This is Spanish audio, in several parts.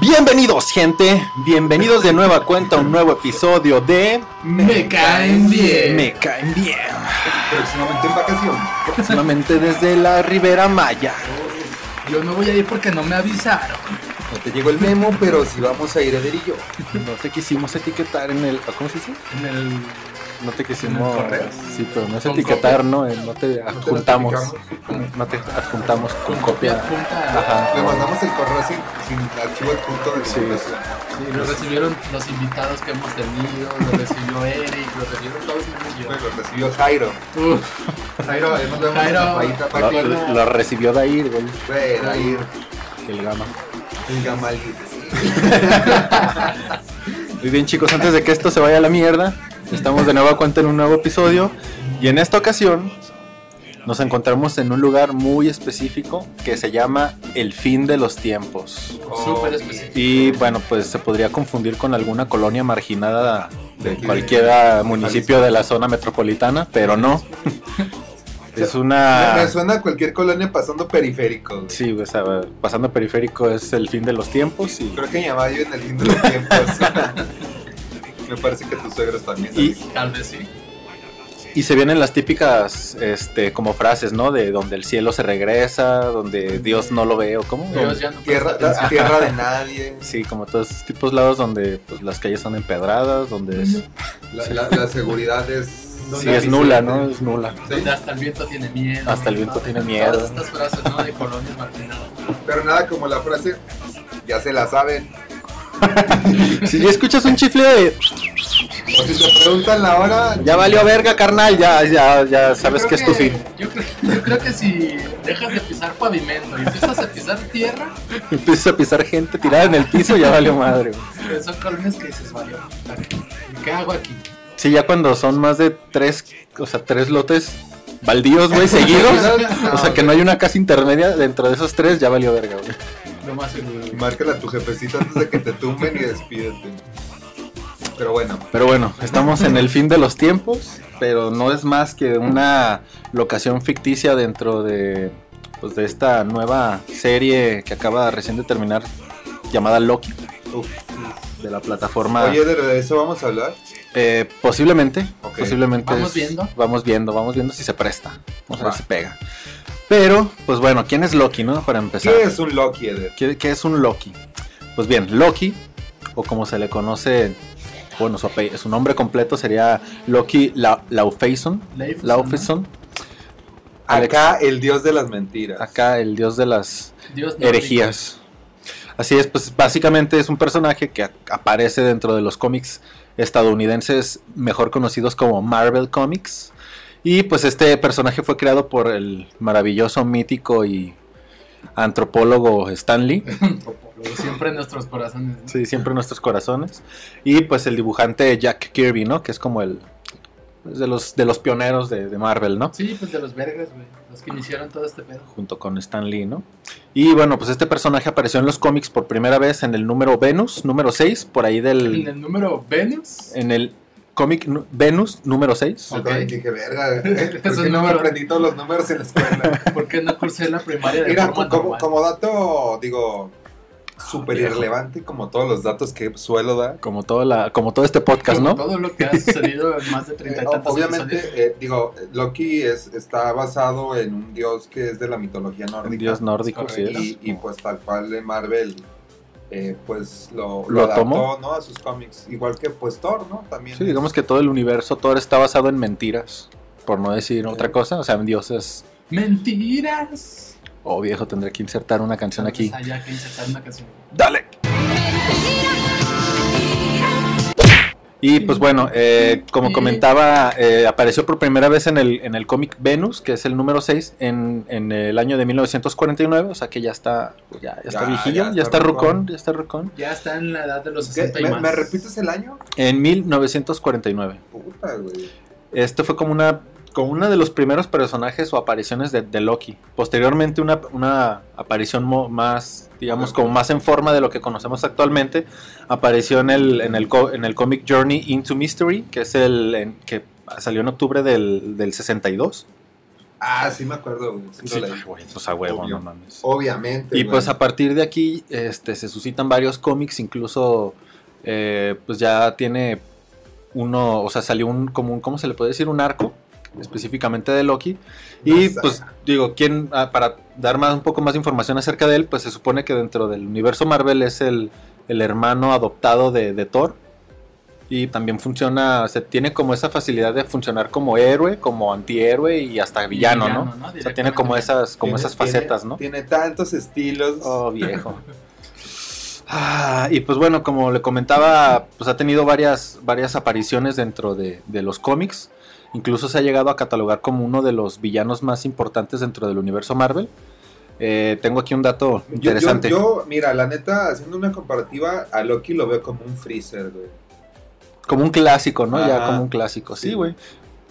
Bienvenidos gente, bienvenidos de nueva cuenta a un nuevo episodio de Me caen bien. Me caen bien, Próximamente en vacación. próximamente desde la Ribera Maya. Yo no voy a ir porque no me avisaron. No te llegó el memo, pero sí vamos a ir a Derillo. No te quisimos etiquetar en el, ¿cómo se dice? En el... No te quisimos, En el correo. sí, pero no es Con etiquetar, no, Eh, no te te adjuntamos, notificamos. no te adjuntamos con copia. punta. Ajá. Le mandamos el correo sin, sin archivo el punto de Sí. información. Lo recibieron los invitados que hemos tenido, lo recibió Eric, lo recibieron todos menos yo. Bueno, lo recibió Jairo. Uf, Jairo, ahí nos vemos Jairo. en la paita para Lo, que lo- lo recibió de ahí, güey, Bueno, ahí, el gama. el gamal. Muy bien chicos, antes de que esto se vaya a la mierda, estamos de nueva cuenta en un nuevo episodio y en esta ocasión nos encontramos en un lugar muy específico que se llama El fin de los tiempos. súper específico. Y bueno, pues se podría confundir con alguna colonia marginada de cualquier municipio de la zona metropolitana, pero no. Es Me una... me suena a cualquier colonia pasando periférico. güey. Sí, o sea, pasando periférico es el fin de los tiempos y... Creo que mi mamá vive en el fin de los tiempos. Me parece que tus suegros también. y- Tal vez sí. Y se vienen las típicas, este, como frases, ¿no? De donde el cielo se regresa, donde Dios no lo ve, o cómo. Dios ya no Tierra, presta atención. tierra de nadie. Sí, como todos esos tipos de lados donde pues, las calles son empedradas, donde es, La, la- la seguridad es. sí, es nula, ¿no? Es nula. Sí, Donde hasta el viento tiene miedo. Ah, Hasta el viento ¿no? tiene miedo. Todas estas frases, ¿no? De colonias marginadas. Pero nada como la frase, ya se la saben. Si ya escuchas un chifle de, O si te preguntan la hora, ya valió verga, carnal, ya, ya, ya sabes Yo que creo es tu fin. Yo creo, yo creo que si dejas de pisar pavimento y empiezas a pisar tierra, Empiezas a pisar gente tirada en el piso, ya valió madre. güey. pues son colonias que dices, valió. ¿Qué hago aquí? Sí, ya cuando son más de tres, o sea, tres lotes baldíos, güey, seguidos. O sea, que no hay una casa intermedia dentro de esos tres, ya valió verga, güey. Lo más seguro. Márcala a tu jefecito antes de que te tumben y despídete. Pero bueno, Pero bueno, estamos en el fin de los tiempos, pero no es más que una locación ficticia dentro de, pues, de esta nueva serie que acaba recién de terminar llamada Loki, uf. de la plataforma. oye, de eso vamos a hablar. Eh, posiblemente, Ok. posiblemente. Vamos es- viendo. Vamos viendo, vamos viendo si se presta, o sea, Va. si se pega. Pero, pues bueno, ¿quién es Loki, no? Para empezar. ¿Qué es un Loki, Eder? ¿Qué, qué es un Loki? Pues bien, Loki, o como se le conoce, bueno, su, ape- su nombre completo sería Loki La Laufeyson. Leif- Laufeyson. Alex- Acá el dios de las mentiras. acá el dios de las Dios no herejías. Así es, pues básicamente es un personaje que a- aparece dentro de los cómics estadounidenses mejor conocidos como Marvel Comics. Y pues este personaje fue creado por el maravilloso, mítico y antropólogo Stan Lee. dijo, Siempre en nuestros corazones. ¿no? Sí, siempre en nuestros corazones. Y pues el dibujante Jack Kirby, ¿no? Que es como el. pues, de los, de los pioneros de, de Marvel, ¿no? Sí, pues de los vergas, güey. Los que iniciaron todo este pedo. Junto con Stan Lee, ¿no? Y bueno, pues este personaje apareció en los cómics por primera vez en el número Venus, número 6, por ahí En del. el número Venus. En el cómic nu- Venus, número 6. Yo Ok. también dije, verga, ¿eh? ¿por Esos qué no me números. aprendí todos los números en la escuela? ¿Por qué no cursé la primaria de Mira, forma como, normal? como dato, digo, súper viejo. irrelevante, como todos los datos que suelo dar. Como, toda la, como todo este podcast, Como ¿no? Todo lo que ha sucedido en más de 30 Eh, y tantos episodios. obviamente, eh, digo, Loki es, está basado en un dios que es de la mitología nórdica. Un dios nórdico, sí Correcto. y, y, es. pues tal cual de Marvel, eh, pues lo, lo, Lo adaptó, tomó. ¿no? A sus cómics. Igual que pues Thor, ¿no? También. Sí, digamos que todo el universo, todo está basado en mentiras. Por no decir otra cosa, o sea, en dioses. ¡Mentiras! Oh viejo, tendré que insertar una canción aquí. Entonces, allá que insertar una canción. Dale. Y pues bueno, eh, como Y- comentaba, eh, apareció por primera vez en el, en el cómic Venus, que es el número 6, en, en el año de 1949, o sea que ya está, pues ya, ya está Ya, viejillo, ya ya, está está rucón. rucón, ya está rucón. Ya está en la edad de los ¿Qué? 60 y ¿Me, más. me repites el año? En 1949. Puta, güey. Esto Este fue como una como uno de los primeros personajes o apariciones de, de Loki. Posteriormente una, una aparición mo- más, digamos, como más en forma de lo que conocemos actualmente, apareció en el, en el, co- en el cómic Journey into Mystery, que es el en- que salió en octubre del, del 62. Ah, sí me acuerdo, güey. Sí lo Sí, leí. ay, güey, pues a huevo, Obvio. no mames. Obviamente. Y güey. pues a partir de aquí este, se suscitan varios cómics, incluso eh, pues ya tiene uno, o sea, salió un, como un, ¿cómo se le puede decir? Un arco específicamente de Loki. Y Una pues saga. digo, ¿quién, ah, para dar más, un poco más de información acerca de él, pues se supone que dentro del universo Marvel es el, el hermano adoptado de, de Thor. Y también funciona, o sea, tiene como esa facilidad de funcionar como héroe, como antihéroe y hasta villano, ¿no? O sea, tiene como Directamente. esas, como Tiene- esas tiene- facetas, ¿no? Tiene tantos estilos. Oh, viejo. Ah, y pues bueno, como le comentaba, pues ha tenido varias, varias apariciones dentro de, de los cómics. Incluso se ha llegado a catalogar como uno de los villanos más importantes dentro del universo Marvel. Eh, tengo aquí un dato Yo- yo- interesante. Yo, mira, la neta, haciendo una comparativa, a Loki lo veo como un freezer, güey. Como un clásico, ¿no? Ya Ajá. como un clásico, sí, Sí. güey.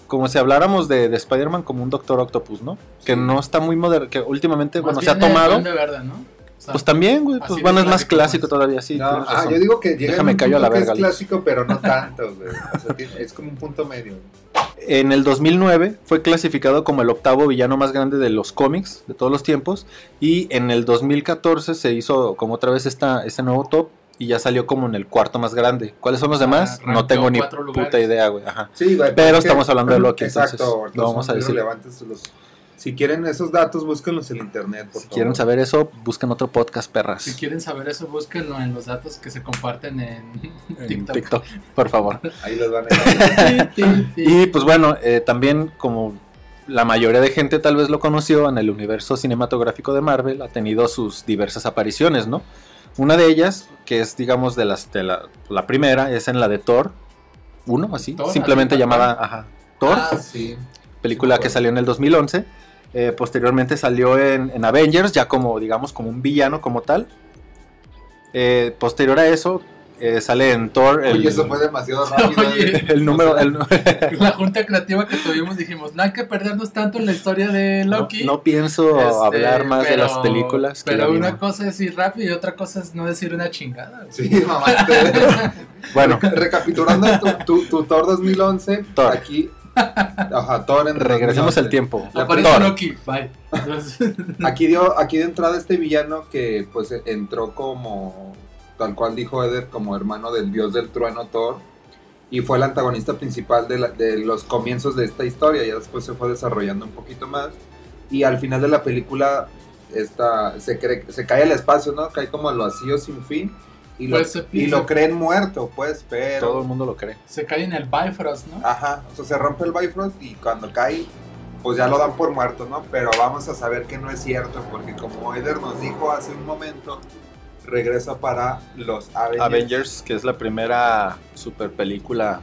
Como si habláramos de, de Spider-Man como un Doctor Octopus, ¿no? Que no está muy moderno, que últimamente, Más bueno, se bien ha el tomado. Duende Verde, ¿no? O sea, Pues también, güey. Así Pues de bueno, es más clásico, clásico pues. todavía, sí. No, tienes ah, razón. yo digo que llega Déjame en un callo a punto la que verga, es Alex. clásico, pero no tanto, güey. O sea, tiene- es como un punto medio. En el 2009 fue clasificado como el octavo villano más grande de los cómics de todos los tiempos y en el 2014 se hizo como otra vez esta, este nuevo top y ya salió como en el cuarto más grande. ¿cuáles son los demás? no Ah, rankeó tengo ni cuatro lugares. puta idea, güey. Ajá. Sí, güey, Pero es que- estamos hablando de Loki, Exacto, entonces, entonces lo vamos son a decir. irrelevantes los- si quieren esos datos, búsquenlos en internet, por Si favor. quieren saber eso, busquen otro podcast, perras. Si quieren saber eso, búsquenlo en los datos que se comparten en En TikTok. TikTok, por favor. Ahí los van a encontrar. Y pues bueno, eh, también como la mayoría de gente tal vez lo conoció en el universo cinematográfico de Marvel, ha tenido sus diversas apariciones, ¿no? Una de ellas, que es digamos de las de la, la primera, es en la de Thor 1, así, Thor, simplemente así, tal llamada ajá, Thor, Ah, sí. película que salió en el 2011. eh, posteriormente salió en, en Avengers, ya como digamos como un villano como tal. Eh, posterior a eso, eh, sale en Thor el, Oye, eso fue demasiado rápido. eh. Oye. güey. el número... el nu- La junta creativa que tuvimos dijimos, no hay que perdernos tanto en la historia de No- Loki. No, pienso Este, hablar más de pero- las películas. que ya Pero vimos. una cosa es ir rápido y otra cosa es no decir una chingada. güey. Sí, mamaste. Bueno, Recapitulando tu, tu, tu Thor 2011, Thor. aquí. Ajá, Thor en regresemos 2011. al tiempo. La Aparece Thor. Loki, bye. Entonces, Aquí dio, aquí de entrada este villano que pues entró como, tal cual dijo Eder, como hermano del dios del trueno Thor. Y fue el antagonista principal de, la- de los comienzos de esta historia. Ya después se fue desarrollando un poquito más. Y al final de la película esta, se, cree, se cae al espacio, ¿no? Cae como al vacío sin fin. Y lo, Pues, se y piensa- lo creen muerto, pues, pero... Todo el mundo lo cree. se cae en el Bifrost, Ah, ¿no? Ajá, o sea, se rompe el Bifrost y cuando cae, pues ya lo dan por muerto, ¿no? Pero vamos a saber que no es cierto, porque como Eder nos dijo hace un momento, regresa para los Avengers. Avengers, que es la primera super película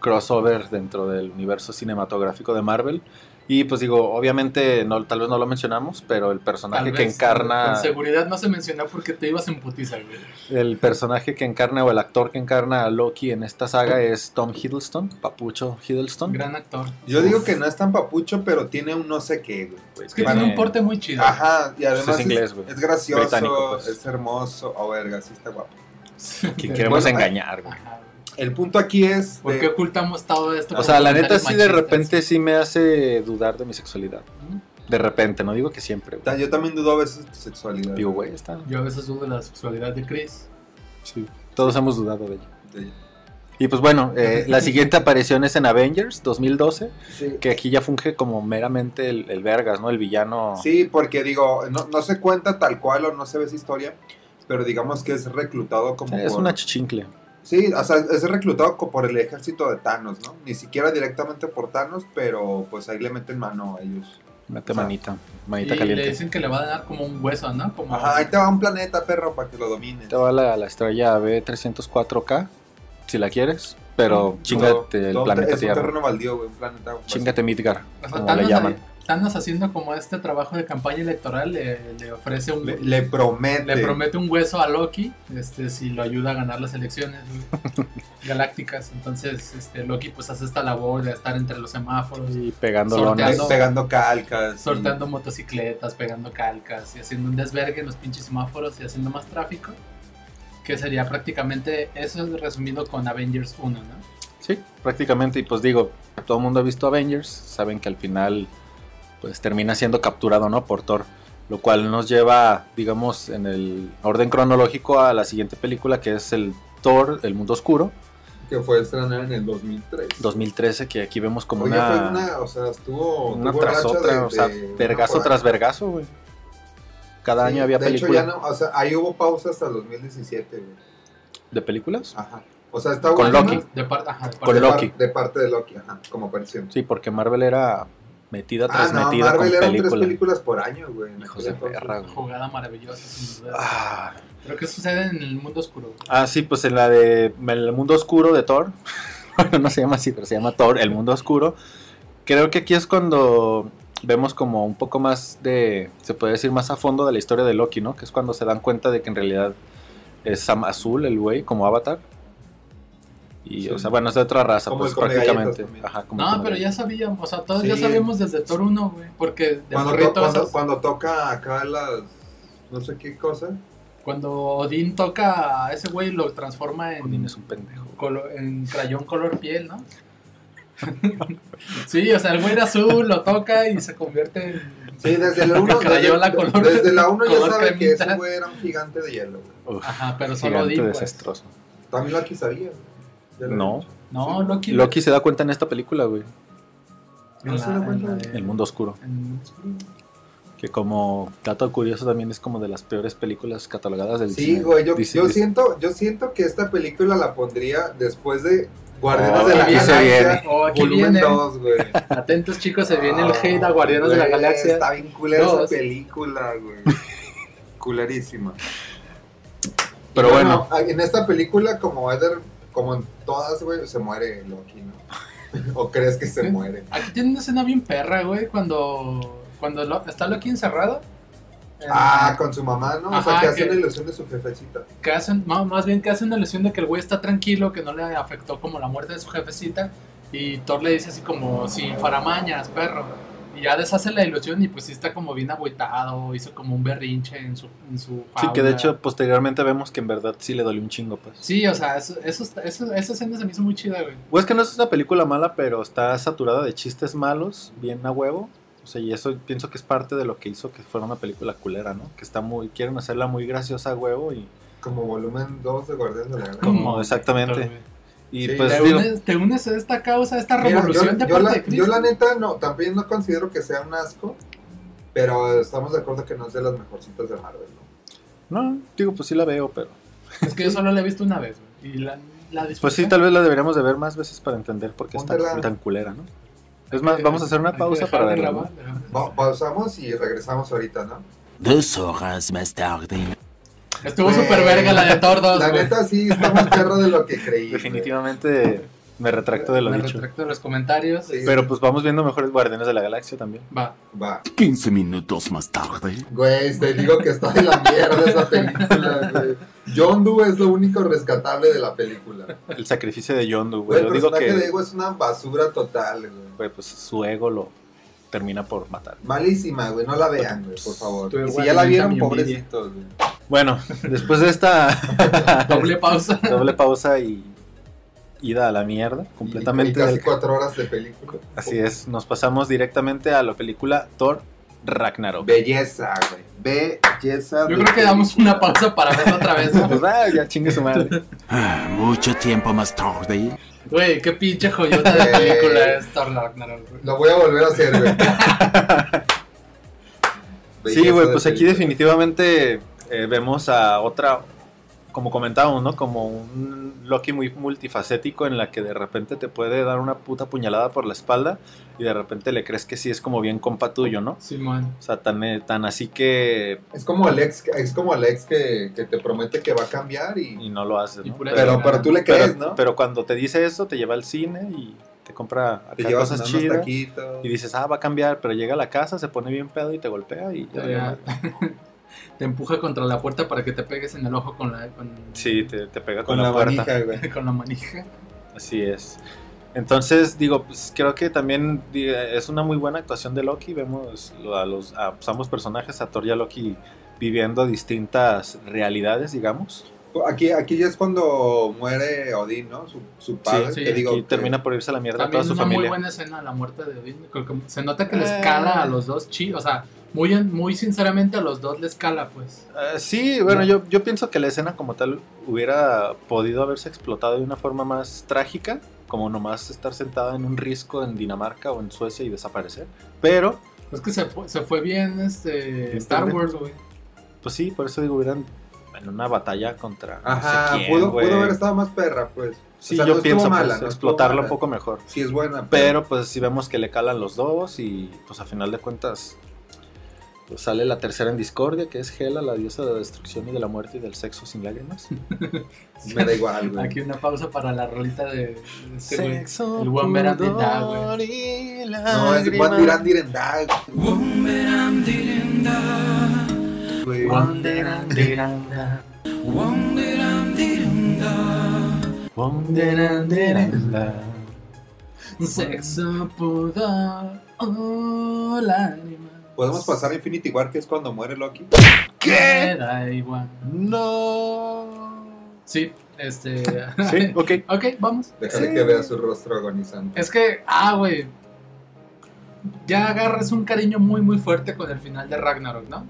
crossover dentro del universo cinematográfico de Marvel. Y pues digo, obviamente no, tal vez no lo mencionamos, pero el personaje Tal que vez, encarna, Con seguridad no se mencionó porque te ibas en putiza, güey. el personaje que encarna o el actor que encarna a Loki en esta saga es Tom Hiddleston, Papucho Hiddleston. Gran actor. Yo digo que no es tan papucho, pero tiene un no sé qué. güey. Pues, Es que tiene tiene- un porte muy chido. Ajá, y además es inglés, güey. es gracioso, Británico, pues. es hermoso, oh verga, sí está guapo. que queremos Bueno, engañar, güey. Ajá, güey. El punto aquí es... ¿Por de- qué ocultamos todo esto? O con sea, la neta sí de comentarios repente machistas? sí me hace dudar de mi sexualidad. ¿Mm? De repente, no digo que siempre. güey. ta- Yo también dudo a veces de tu sexualidad. Digo, güey, está. Yo a veces dudo de la sexualidad de Chris. sí, Todos hemos dudado de ello. De- Y pues bueno, eh, la siguiente aparición es en Avengers 2012, sí. que aquí ya funge como meramente el, el vergas, ¿no? El villano. Sí, porque digo, no, no se cuenta tal cual o no se ve esa historia, pero digamos que es reclutado como Es por- una chichincle. Sí, o sea, es reclutado co- por el ejército de Thanos, ¿no? Ni siquiera directamente por Thanos, pero pues ahí le meten mano a ellos. Mete O sea, manita. Y Manita le caliente. dicen que le va a dar como un hueso, ¿no? Como Ajá, ahí te va un planeta, perro, para que lo domines. Te va la, la estrella B304K. si la quieres, pero chingate el Dom- planeta es Tierra. un terreno Ah, baldío, güey, un planeta. Chingate Midgar, Thanos, como le ahí- llaman. Thanos haciendo como este trabajo de campaña electoral le, le ofrece un Le, le, le promete. promete un hueso a Loki, este si lo ayuda a ganar las elecciones güey, galácticas. Entonces, este Loki pues hace esta labor de estar entre los semáforos, Y pegando Sorteando. lonas. Pe- Pegando calcas. y- sorteando motocicletas, pegando calcas y haciendo un desvergue en los pinches semáforos y haciendo más tráfico. Que sería prácticamente eso resumido con Avengers 1, ¿no? Sí, prácticamente. Y pues digo, todo el mundo ha visto Avengers, saben que al final pues termina siendo capturado, ¿no? Por Thor. Lo cual nos lleva, digamos, en el orden cronológico a la siguiente película que es el Thor, El Mundo Oscuro, Que fue estrenada en el 2003. 2013, que aquí vemos como Oye, fue una, una, o sea, estuvo una tuvo tras racha otra, de- o sea, de una vergazo por tras vergazo, güey. Cada Sí, año había de película. Hecho, ya no, o sea, ahí hubo pausa hasta el 2017, güey. ¿De películas? Ajá. O sea, está Con buena Loki. De parte, ajá, de parte- Con de, par- Loki. de parte de Loki, ajá, como aparición. Sí, porque Marvel era metida Ah, tras no, metida Marvel con eran tres películas. películas por año, güey. en Hijos aquella de época. perra, güey. jugada maravillosa sin duda. Ah, Pero ¿qué sucede en el mundo oscuro? Ah, sí, pues en la de El Mundo Oscuro de Thor. bueno, no se llama así, pero se llama Thor, El Mundo Oscuro. Creo que aquí es cuando vemos como un poco más de, se puede decir más a fondo de la historia de Loki, ¿no? Que es cuando se dan cuenta de que en realidad es Sam Azul, el güey, como avatar. Y, Sí. o sea, bueno, es de otra raza, Como pues el come galletas prácticamente. también. Ajá, como el No, come pero ya galletas. sabíamos, o sea, todos Sí. ya sabíamos desde Thor 1, güey, porque de Cuando, to- morrito cuando- esos- cuando toca acá las. No sé qué cosa. cuando Odín toca a ese güey lo transforma Odín en, es un pendejo. colo- en crayón color piel, ¿no? sí, o sea, el güey era azul, lo toca y se convierte en... Sí, desde la 1. desde, Crayola color- desde la 1 ya color sabe que cremita. ese güey era un gigante de hielo, güey. Uf, Ajá, pero solo gigante Odín, pues. desastroso. También Loki sabía, güey. Ya lo No. había dicho. No, Loki... Loki se da cuenta en esta película, güey. en No se da la- en cuenta. la güey. de- El Mundo Oscuro. en el mundo oscuro. Que como dato curioso también es como de las peores películas catalogadas del Sí, cine. güey, yo, Dice- yo dice- siento, yo siento que esta película la pondría después de Guardianes Oh, de la aquí se viene. Galaxia, Oh, aquí volumen viene. 2, güey. Atentos, chicos, se viene el Ah, hate a Guardianes de la güey, Galaxia. Está bien culera esa Dos. película, güey. Culerísima. ah, Pero bueno, en esta película, como Eder, como en todas, güey, se muere Loki, ¿no? o crees que se ¿Sí? muere. Aquí tiene una escena bien perra, güey, cuando, cuando lo- está Loki encerrado. Eh, Ah, con su mamá, ¿no? O sea, Ajá, que hace que- la ilusión de su jefecita. que hacen, no, más bien que hace una ilusión de que el güey está tranquilo, que no le afectó como la muerte de su jefecita. Y Thor le dice así como, sin faramañas, perro. Y ya deshace la ilusión y pues sí está como bien agüitado, hizo como un berrinche en su, en su sí que de jaula. hecho posteriormente vemos que en verdad sí le dolió un chingo, pues. Sí, o sea, eso, eso, está- eso- esa escena se me hizo muy chida, güey. O Pues es que no es una película mala, pero está saturada de chistes malos, bien a huevo. O sea, y eso pienso que es parte de lo que hizo que fuera una película culera, ¿no? Que está muy, quieren hacerla muy graciosa a huevo y, Como volumen 2 de Guardianes de la Galaxia. Como exactamente. y Sí, pues Te digo, unes, te unes a esta causa, a esta Mira, revolución yo, de yo parte la, de Cristo. yo la neta no, también no considero que sea un asco, pero estamos de acuerdo que no es de las mejorcitas de Marvel, ¿no? no, digo, pues sí la veo, pero... Es que yo solo la he visto una vez, güey. Y la, la disfruté. Pues sí, tal vez la deberíamos de ver más veces para entender por qué está Póntela. tan culera, ¿no? Es más, vamos a hacer Hay una que pausa dejar para de verla. ¿no? grabar, dejar de- Pa- Pausamos y regresamos ahorita, ¿no? Dos horas más tarde. Estuvo Güey. súper verga la de Thor 2, La güey. neta sí está más perro de lo que creí. güey. Definitivamente me retracto de lo Me dicho. retracto de los comentarios. Sí. Pero pues vamos viendo mejores Guardianes de la Galaxia también. Va. 15 minutos más tarde. Va, güey, te digo que está de la mierda esa película, güey. John Doe es lo único rescatable de la película. El sacrificio de Yondu, Güey, güey. el Yo digo personaje que de Ego es una basura total, güey. güey, pues, su ego lo termina por matar. Malísima, güey, no la vean, güey, por favor. Tu Y ego si ya la vieron, alimenta mi envidia. pobrecitos, güey. Bueno, después de esta Doble pausa. doble pausa y ida a la mierda Y- y completamente. casi del- cuatro horas de película. Así es, nos pasamos directamente a la película Thor Ragnarok. Belleza, güey. Belleza. Yo de creo que damos película. una pausa para verla otra vez. ¿no? Pues ah, ya chingue su madre. Ah, mucho tiempo más tarde. Güey, qué pinche joyota de Güey. película es Thor Ragnarok, güey. Lo voy a volver a hacer, güey. Sí, Belleza güey, de pues aquí película. definitivamente eh, vemos a otra como comentábamos, ¿no? Como un Loki muy multifacético en la que de repente te puede dar una puta puñalada por la espalda y de repente le crees que sí es como bien compa tuyo, ¿no? Simón. O sea, tan, eh, tan así que... Es como el ex, es como el ex que, que te promete que va a cambiar y. Y no lo haces, Y ¿no? pura Pero, pero tú le crees, pero, ¿no? pero cuando te dice eso, te lleva al cine y te compra acá te llevas cosas unos chidas. taquitos. Y dices, ah, va a cambiar, pero llega a la casa, se pone bien pedo y te golpea y ya. valió Ya. madre. Te empuja contra la puerta para que te pegues en el ojo con la, con, Sí, te, te pega con, Con la puerta. manija, güey. con la manija. Así es. Entonces, digo, pues creo que también di- es una muy buena actuación de Loki. Vemos lo- a los a, pues, ambos personajes, a Thor y a Loki, viviendo distintas realidades, digamos. Aquí, aquí ya es cuando muere Odín, ¿no? Su, su padre. sí, que digo, y que- termina por irse a la mierda También toda es su una muy familia. buena escena la muerte de Odín. Creo que Se nota que les Eh. cala a los dos chido. O sea, muy, en- muy sinceramente a los dos les cala, pues. Ah, sí, bueno, yo, yo pienso que la escena como tal hubiera podido haberse explotado de una forma más trágica, como nomás estar sentada en un risco en Dinamarca o en Suecia y desaparecer. Pero, Es que se fue, se fue bien este, Bien Star pendejo. Wars, güey. pues sí, por eso digo, hubieran en una batalla contra... no Ajá, sé quién, pudo, pudo güey. haber estado más perra, pues. Sí, O sea, yo no estuvo pienso mala, pues, no estuvo explotarlo un mala. poco mejor. Sí es buena, Pero pues si vemos que le calan los dos y pues a final de cuentas pues, sale la tercera en discordia, que es Hela, la diosa de la destrucción y de la muerte y del sexo sin lágrimas. me da igual, güey. Aquí una pausa para la rolita de, de este güey. Sexo, El buen Verán pudor Dindá, güey. y No, es One lágrimas. Dirán Direndal. güey. Wanderan, diran, da. Wanderan Direndá. Sexo, pudor, oh, la anima. Podemos pasar a Infinity War, que es cuando muere Loki. Me da igual. No. Sí, este. Sí, ok. ok, vamos. Déjame Sí. que vea su rostro agonizante. Es que, ah, güey. Ya agarras un cariño muy, muy fuerte con el final de Ragnarok, ¿no?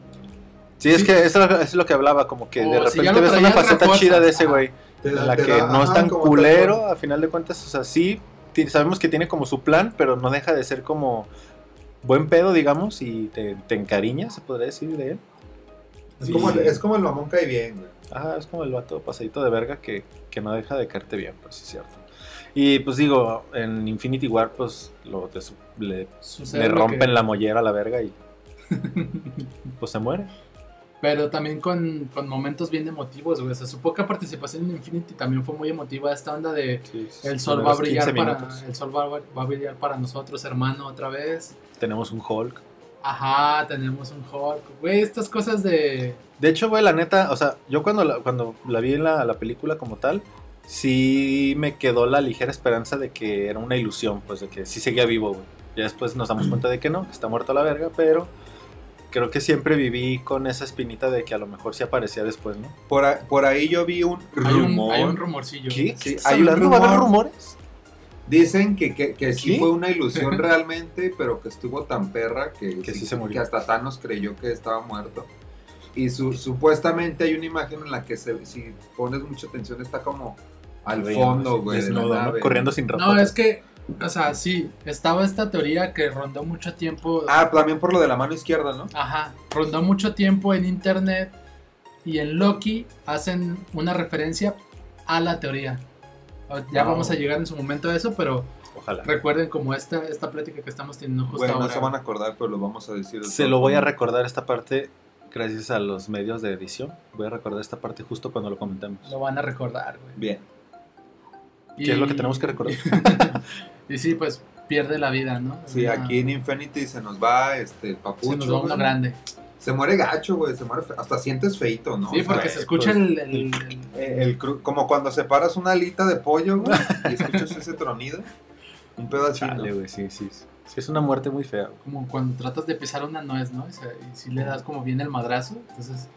Sí, es Sí. que eso eso es lo que hablaba, como que O de si repente ya lo ves una traías, faceta refuerzas. chida de ese Ajá. güey. Te da- la te que da- no es ajá, tan como culero, a final de cuentas, o sea, sí, ti- sabemos que tiene como su plan, pero no deja de ser como buen pedo, digamos, y te, te encariñas, se podría decir, de él. Es como, el, Sí. es como el mamón cae bien, güey. Ah, es como el vato pasadito de verga que, que no deja de caerte bien, pues sí es cierto. Y pues digo, en Infinity War, pues lo, te su- le, Sucede le lo rompen que- la mollera a la verga y pues se muere. Pero también con, con momentos bien emotivos, güey. Se supo que la participación en Infinity también fue muy emotiva. Esta onda de el sol va a Primeros brillar 15 para, minutos. el sol va, va a brillar para nosotros, hermano, otra vez. Tenemos un Hulk. Ajá, tenemos un Hulk. Güey, estas cosas de. De hecho, güey, la neta, o sea, yo cuando la, cuando la vi en la, la película como tal, sí me quedó la ligera esperanza de que era una ilusión, pues de que sí seguía vivo, güey. Ya después nos damos cuenta de que no, que está muerto a la verga, pero creo que siempre viví con esa espinita de que a lo mejor sí aparecía después, ¿no? Por, a- por ahí yo vi un Hay un, rumor. hay un rumorcillo. ¿Qué? Sí, ¿Qué estás hay un hablando? ¿Va a haber rumor. rumores? Dicen que, que, que sí ¿Qué? fue una ilusión realmente, pero que estuvo tan perra que, Que sí se murió. que hasta Thanos creyó que estaba muerto. Y su- supuestamente hay una imagen en la que se- si pones mucha atención está como al Güey, fondo, güey. de la Desnudo, ¿no? nave. Corriendo sin ropa. No, es que, o sea, sí, estaba esta teoría que rondó mucho tiempo. Ah, también por lo de la mano izquierda, ¿no? Ajá, rondó mucho tiempo en internet y en Loki hacen una referencia a la teoría. Ya Wow. vamos a llegar en su momento a eso, pero Ojalá. recuerden como esta, esta plática que estamos teniendo justo Güey, no ahora. se van a acordar, pero lo vamos a decir. Se lo voy a recordar esta parte gracias a los medios de edición. Voy a recordar esta parte justo cuando lo comentemos. Lo van a recordar, güey. Bien. ¿Qué es lo que tenemos que recordar? Y sí, pues pierde la vida, ¿no? Sí, Una- aquí en Infinity se nos va este el papucho. Ah. se nos va uno güey. grande. Se muere gacho, güey. Se muere fe- Hasta sientes feito, ¿no? O sí, sea, porque se escucha pues, el, el- el- eh, el cru- como cuando separas una alita de pollo, güey, y escuchas ese tronido. Un pedacito. Chale, güey, sí, sí. Sí, es una muerte muy fea. güey. como cuando tratas de pisar una nuez, ¿no? Y, se- y si le das como bien el madrazo, entonces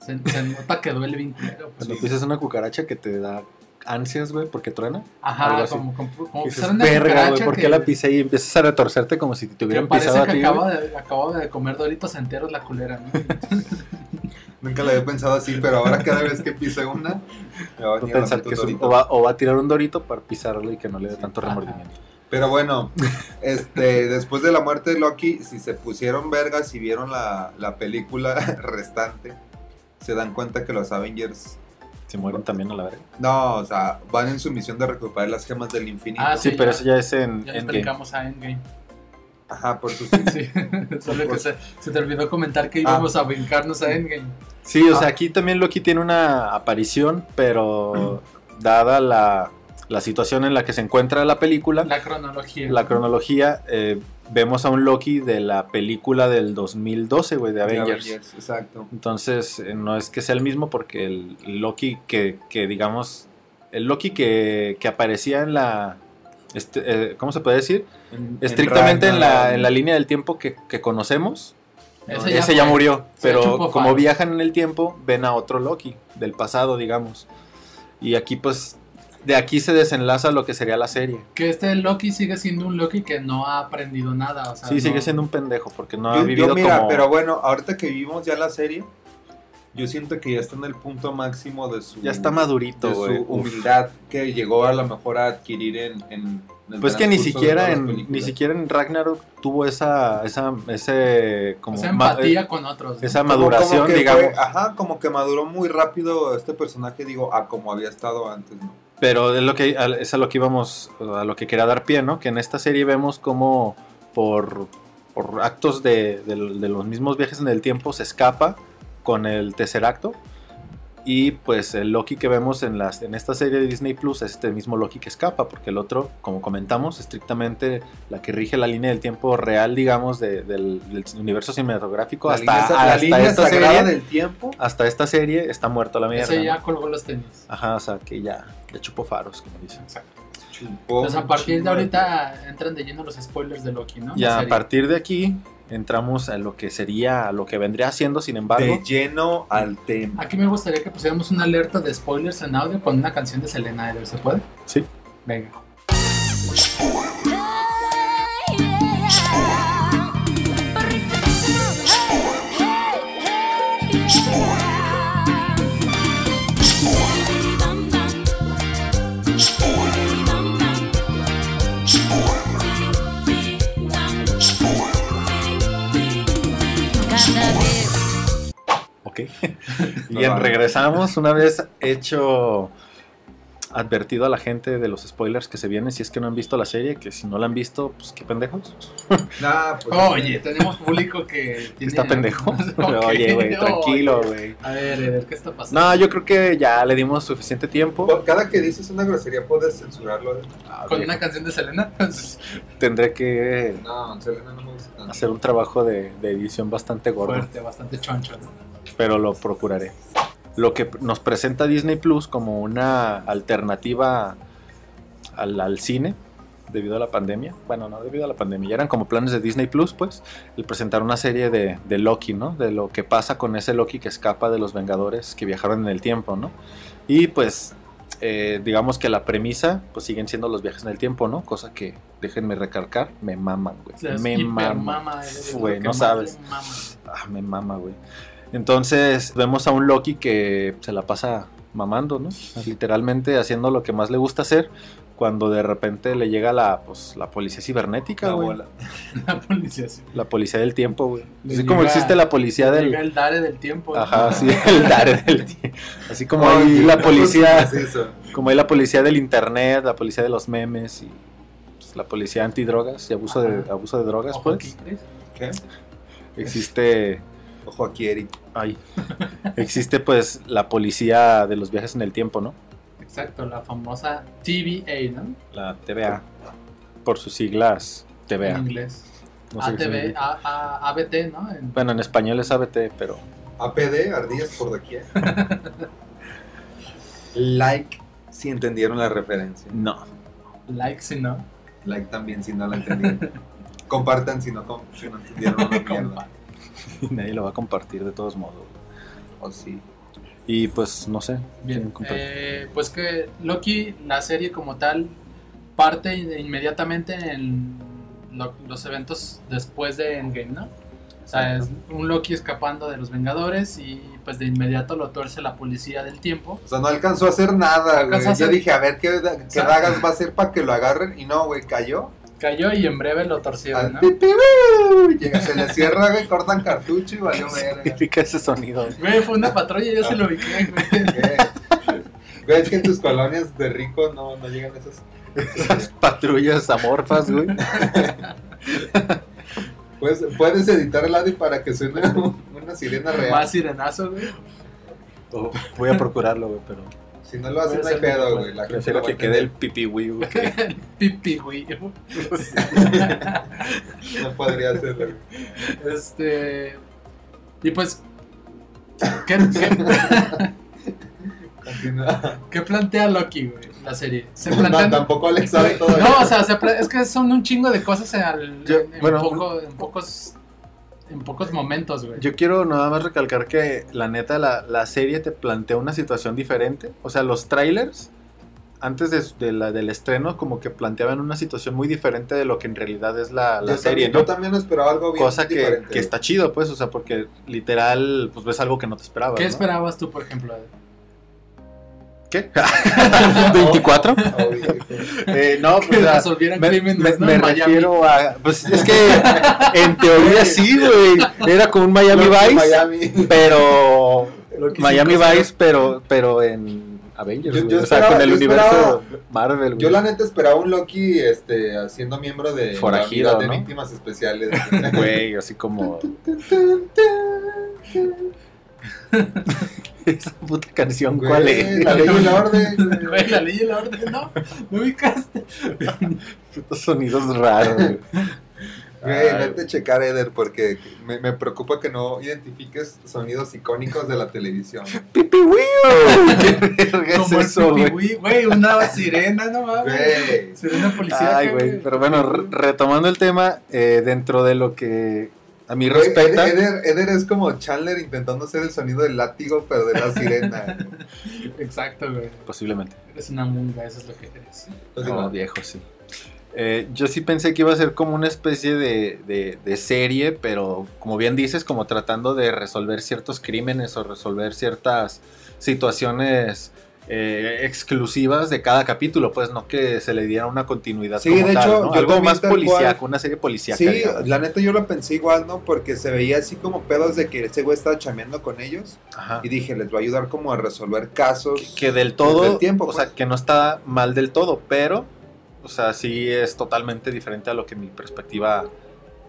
se, se nota que duele bien culero, pues. Cuando pisas una cucaracha que te da ansias, güey, porque truena. algo Ajá, así. como, como, como Y dices, pisar una verga, güey, cucaracha ¿por qué que- la pisé? Y empiezas a retorcerte como si te que hubieran parece pisado a que ti. güey. acaba de, acabo de comer doritos enteros la culera, ¿no? Nunca lo había pensado así, pero ahora cada vez que pise una, me va No a venir a la pensar que mente un es un- dorito. o, va, o va a tirar un dorito para pisarlo y que no le dé Sí. tanto Ajá. remordimiento. Pero bueno, este, después de la muerte de Loki, si se pusieron vergas y vieron la, la película restante, se dan cuenta que los Avengers Se mueren también a la verga. No, o sea, van en su misión de recuperar las gemas del infinito. Ah, Sí, Sí, pero ya. eso ya es en Ya nos Endgame. brincamos a Endgame. Ajá, por eso Sí, solo Pues. que se, se te olvidó comentar que Ah. íbamos a brincarnos a Endgame. Sí, o sea, Ah. aquí también Loki tiene una aparición, pero dada la, la situación en la que se encuentra la película, la, La cronología. cronología, eh, vemos a un Loki de la película del 2012, güey, de De Avengers. Avengers, exacto. Entonces, eh, no es que sea el mismo porque el Loki que, que digamos, el Loki que, que aparecía en la... este, eh, ¿Cómo se puede decir? En- Estrictamente en, la, Ragnarok. en la línea del tiempo que, que conocemos, Ese ese, fue. ya murió, Se pero chupó como fan. viajan en el tiempo, ven a otro Loki del pasado, digamos. Y aquí pues de aquí se desenlaza lo que sería la serie. Que este Loki sigue siendo un Loki que no ha aprendido nada. Ah, O sea, sí, no- sigue siendo un pendejo porque no Yo- ha yo vivido mira, como pero bueno, ahorita que vivimos ya la serie, yo siento que ya está en el punto máximo de su, ya está madurito, de su güey. Uf. humildad que llegó a lo mejor a adquirir en... en- en el Pues que ni transcurso de siquiera todas las en ni películas. siquiera en Ragnarok tuvo esa esa ese como o sea, ma- empatía eh, con otros. ¿no? esa Como- como maduración, que fue- digamos, ajá, como que maduró muy rápido este personaje, digo, a como había estado antes, ¿no? pero es lo que a- es a lo que íbamos a lo que quería dar pie, ¿no? Que en esta serie vemos como por por actos de, de- de los mismos viajes en el tiempo se escapa con el tercer acto y pues el Loki que vemos en las en esta serie de Disney Plus es este mismo Loki que escapa porque el otro como comentamos estrictamente la que rige la línea del tiempo real digamos de- del, del universo cinematográfico La hasta, línea sa- la hasta línea esta sagrada serie del tiempo. hasta esta serie está muerto la mierda Ese ¿no? Ah, ya colgó los tenis. Ajá, o sea, que ya, ya chupó faros, como dicen. Entonces, Pues a partir de ahorita entran de lleno los spoilers de Loki, ¿no? Y a La serie. partir de aquí entramos a lo que sería, a lo que vendría siendo, sin embargo. De lleno al tema. Aquí me gustaría que pusiéramos una alerta de spoilers en audio con una canción de Selena Eder, ¿se puede? Sí. Venga. Ok. Bien, regresamos una vez hecho advertido a la gente de los spoilers que se vienen si es que no han visto la serie, que si no la han visto, pues qué pendejos. Nah, pues, Oye, eh, tenemos público que tiene... Está pendejo. Ok, Oye, güey, oye. tranquilo, güey. A ver, Eder, ¿qué está pasando? No, yo creo que ya le dimos suficiente tiempo. por- Pues, Cada que dices una grosería puedes censurarlo. ¿eh? Ah, ¿Con bien, una canción de Selena? Tendré que No, Selena no me gusta tanto. hacer un trabajo de, de edición bastante gordo. Fuerte, bastante choncho. ¿no? pero lo procuraré. Lo que nos presenta Disney Plus como una alternativa al, al cine debido a la pandemia. Bueno, no debido a la pandemia, ya eran como planes de Disney Plus, pues, el presentar una serie de, de Loki, ¿no? De lo que pasa con ese Loki que escapa de los Vengadores que viajaron en el tiempo, ¿no? Y pues, eh, digamos que la premisa, pues siguen siendo los viajes en el tiempo, ¿no? Cosa que, déjenme recargar, me maman, güey. O sea, es me hiper maman. mama, Eder, es eh, lo Güey, que no más sabes. le mama. Ah, me mama, güey. Entonces vemos a un Loki que se la pasa mamando, ¿no? Literalmente haciendo lo que más le gusta hacer cuando de repente le llega la, pues, la policía cibernética, La güey. bola. La policía sí. La policía del tiempo, güey. Le Así como llega- existe la policía Llega del... el dare del tiempo. ¿no? Ajá, sí, el dar del tiempo. Así como hay Oye, la no policía, digas pues, eso. como hay la policía del internet, la policía de los memes y pues, la policía antidrogas y abuso de, Ajá. abuso de drogas, Ojo aquí, pues. Chris. ¿Qué? Existe Ojo aquí, Eric. Ay. Existe pues la policía de los viajes en el tiempo, ¿no? Exacto, la famosa TVA, ¿no? La TVA. Por sus siglas, En Mm, TVA. inglés. No ah, sé qué ATV, significa. A- A- ABT, ¿no? En- Bueno, en español es ABT, pero APD, ardillas por de aquí. ¿eh? like si entendieron la referencia. no. Like si no. Like también si no la entendieron. Compartan si no, com- si no entendieron una mierda. compa. Nadie lo va a compartir de todos modos. O sí. Y pues no sé. ¿quién Bien, comparte? eh, pues que Loki, la serie como tal, parte in- inmediatamente en lo- los eventos después de Endgame, ¿no? O sea, es un Loki escapando de los Vengadores y pues de inmediato lo tuerce la policía del tiempo. O sea, no alcanzó a hacer nada, güey. alcanzó a Yo hacer- dije, a ver qué, da- qué sea- dagas va a hacer para que lo agarren. Y no, güey, cayó. Cayó y en breve lo torcieron, Al Ah, ¿no? pi, pi, bu. Llega, se le cierra, güey, cortan cartucho y valió ¿Qué verga. significa ese sonido? Güey, fue una patrulla y yo se lo vi, güey. ¿Qué? ¿Ves que en tus colonias de rico no, no llegan esas? Esas patrullas amorfas, güey. Pues, puedes editar el audio para que suene un- una sirena real. Más sirenazo, güey. Oh. O voy a procurarlo, güey, pero Si no lo hacen, no Puede hay ser pedo, mejor. güey. La gente prefiero lo va a que quede el entender. pipi, güey. güey, que- Pipi, güey. No podría hacerlo. Este. Y pues. ¿Qué, qué, Continúa. qué plantea Loki, güey? La serie. Se No, plantean. tampoco Alex sabe todo. No, o sea, se pla- es que son un chingo de cosas al- Yo- en, bueno, poco- en pocos en pocos momentos, güey. Yo quiero nada más recalcar que la neta, la, la serie te plantea una situación diferente. O sea, los trailers, antes de, su- de la, del estreno, como que planteaban una situación muy diferente de lo que en realidad es la, la Yo serie, también- Yo ¿no? también esperaba algo bien Cosa que, diferente, que güey. está chido, pues, o sea, porque literal, pues ves algo que no te esperabas. ¿Qué ¿no? esperabas tú, por ejemplo? ¿Qué? ¿24? Ah, Obvio. Eh, no, pues. Que o sea, resolvieran me, me- crímenes, ¿no? me En Miami. refiero a. Pues es que en teoría sí, güey. Era como un Miami Loki, Vice. Miami. Pero. Miami cinco, Vice, pero, pero en Avengers, Yo- güey. yo o sea, esperaba- con el yo universo esperaba- Marvel, Yo güey. la neta esperaba un Loki este, siendo miembro de Forajido, la unidad ¿no? de víctimas especiales. Güey, así como. Esa puta canción, Güey, ¿cuál es? La ley y la orden. güey. Güey, la ley y la orden, ¿no? ¿No ubicaste? Putos sonidos raros, güey. Güey, Ay, vete a checar, Eder, porque me, me preocupa que no identifiques sonidos icónicos de la televisión. ¡Pipi, güey! ¿Qué verga es Como el eso, güey? pipi, güey. Güey, una sirena, no mames. Güey. Sirena policía. Ay, güey, pero bueno, re- retomando el tema, eh, dentro de lo que a mí Güey, eh, respecta, Eder, Eder es como Chandler intentando hacer el sonido del látigo, pero de la sirena. Exacto, güey. eh. posiblemente, Eres una munga, eso es lo que eres. como Continúa. viejo, sí. Eh, yo sí pensé que iba a ser como una especie de, de- de serie, pero como bien dices, como tratando de resolver ciertos crímenes o resolver ciertas situaciones eh, exclusivas de cada capítulo, pues no que se le diera una continuidad. Sí, como de tal, hecho, ¿no? yo algo también más tal cual. policíaco, una serie policíaca. Sí, digamos. la neta yo lo pensé igual, ¿no? Porque se veía así como pedos de que ese güey estaba chameando con ellos. Ajá. Y dije, les va a ayudar como a resolver casos. que, que del todo, Del tiempo, o sea, pues. que no está mal del todo, pero, o sea, sí es totalmente diferente a lo que mi perspectiva,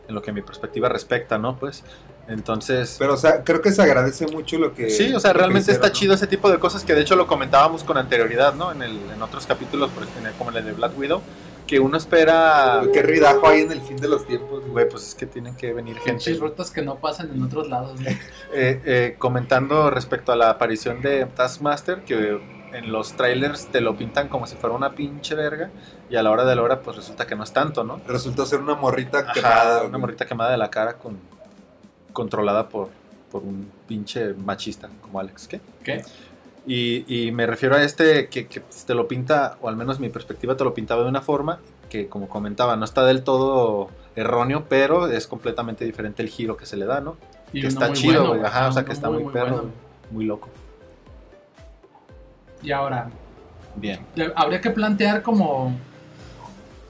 en lo que mi perspectiva respecta, ¿no? Pues, entonces, Pero, o sea, creo que se agradece mucho lo que. sí, o sea, lo que realmente hicieron, está ¿no? chido ese tipo de cosas que de hecho lo comentábamos con anterioridad, ¿no? En, el, en otros capítulos, por ejemplo, como en el de Black Widow, que uno espera, Qué ridajo hay en el fin de los tiempos, güey, pues es que tienen que venir gente. Pinches rutas que no pasan en otros lados, güey. Eh, eh, comentando respecto a la aparición de Taskmaster, que en los trailers te lo pintan como si fuera una pinche verga, y a la hora de la hora, pues resulta que no es tanto, ¿no? Resultó ser una morrita Ajá, quemada. una güey. morrita quemada de la cara con, controlada por, por un pinche machista como Alex, ¿qué? ¿Qué? Y, y me refiero a este que, que te lo pinta, o al menos mi perspectiva te lo pintaba de una forma que, como comentaba, no está del todo erróneo, pero es completamente diferente el giro que se le da, ¿no? Y Que uno está muy chido, bueno, güey, ajá, o sea, uno que está muy perro, güey. Muy loco. Y ahora, Bien. de- habría que plantear como...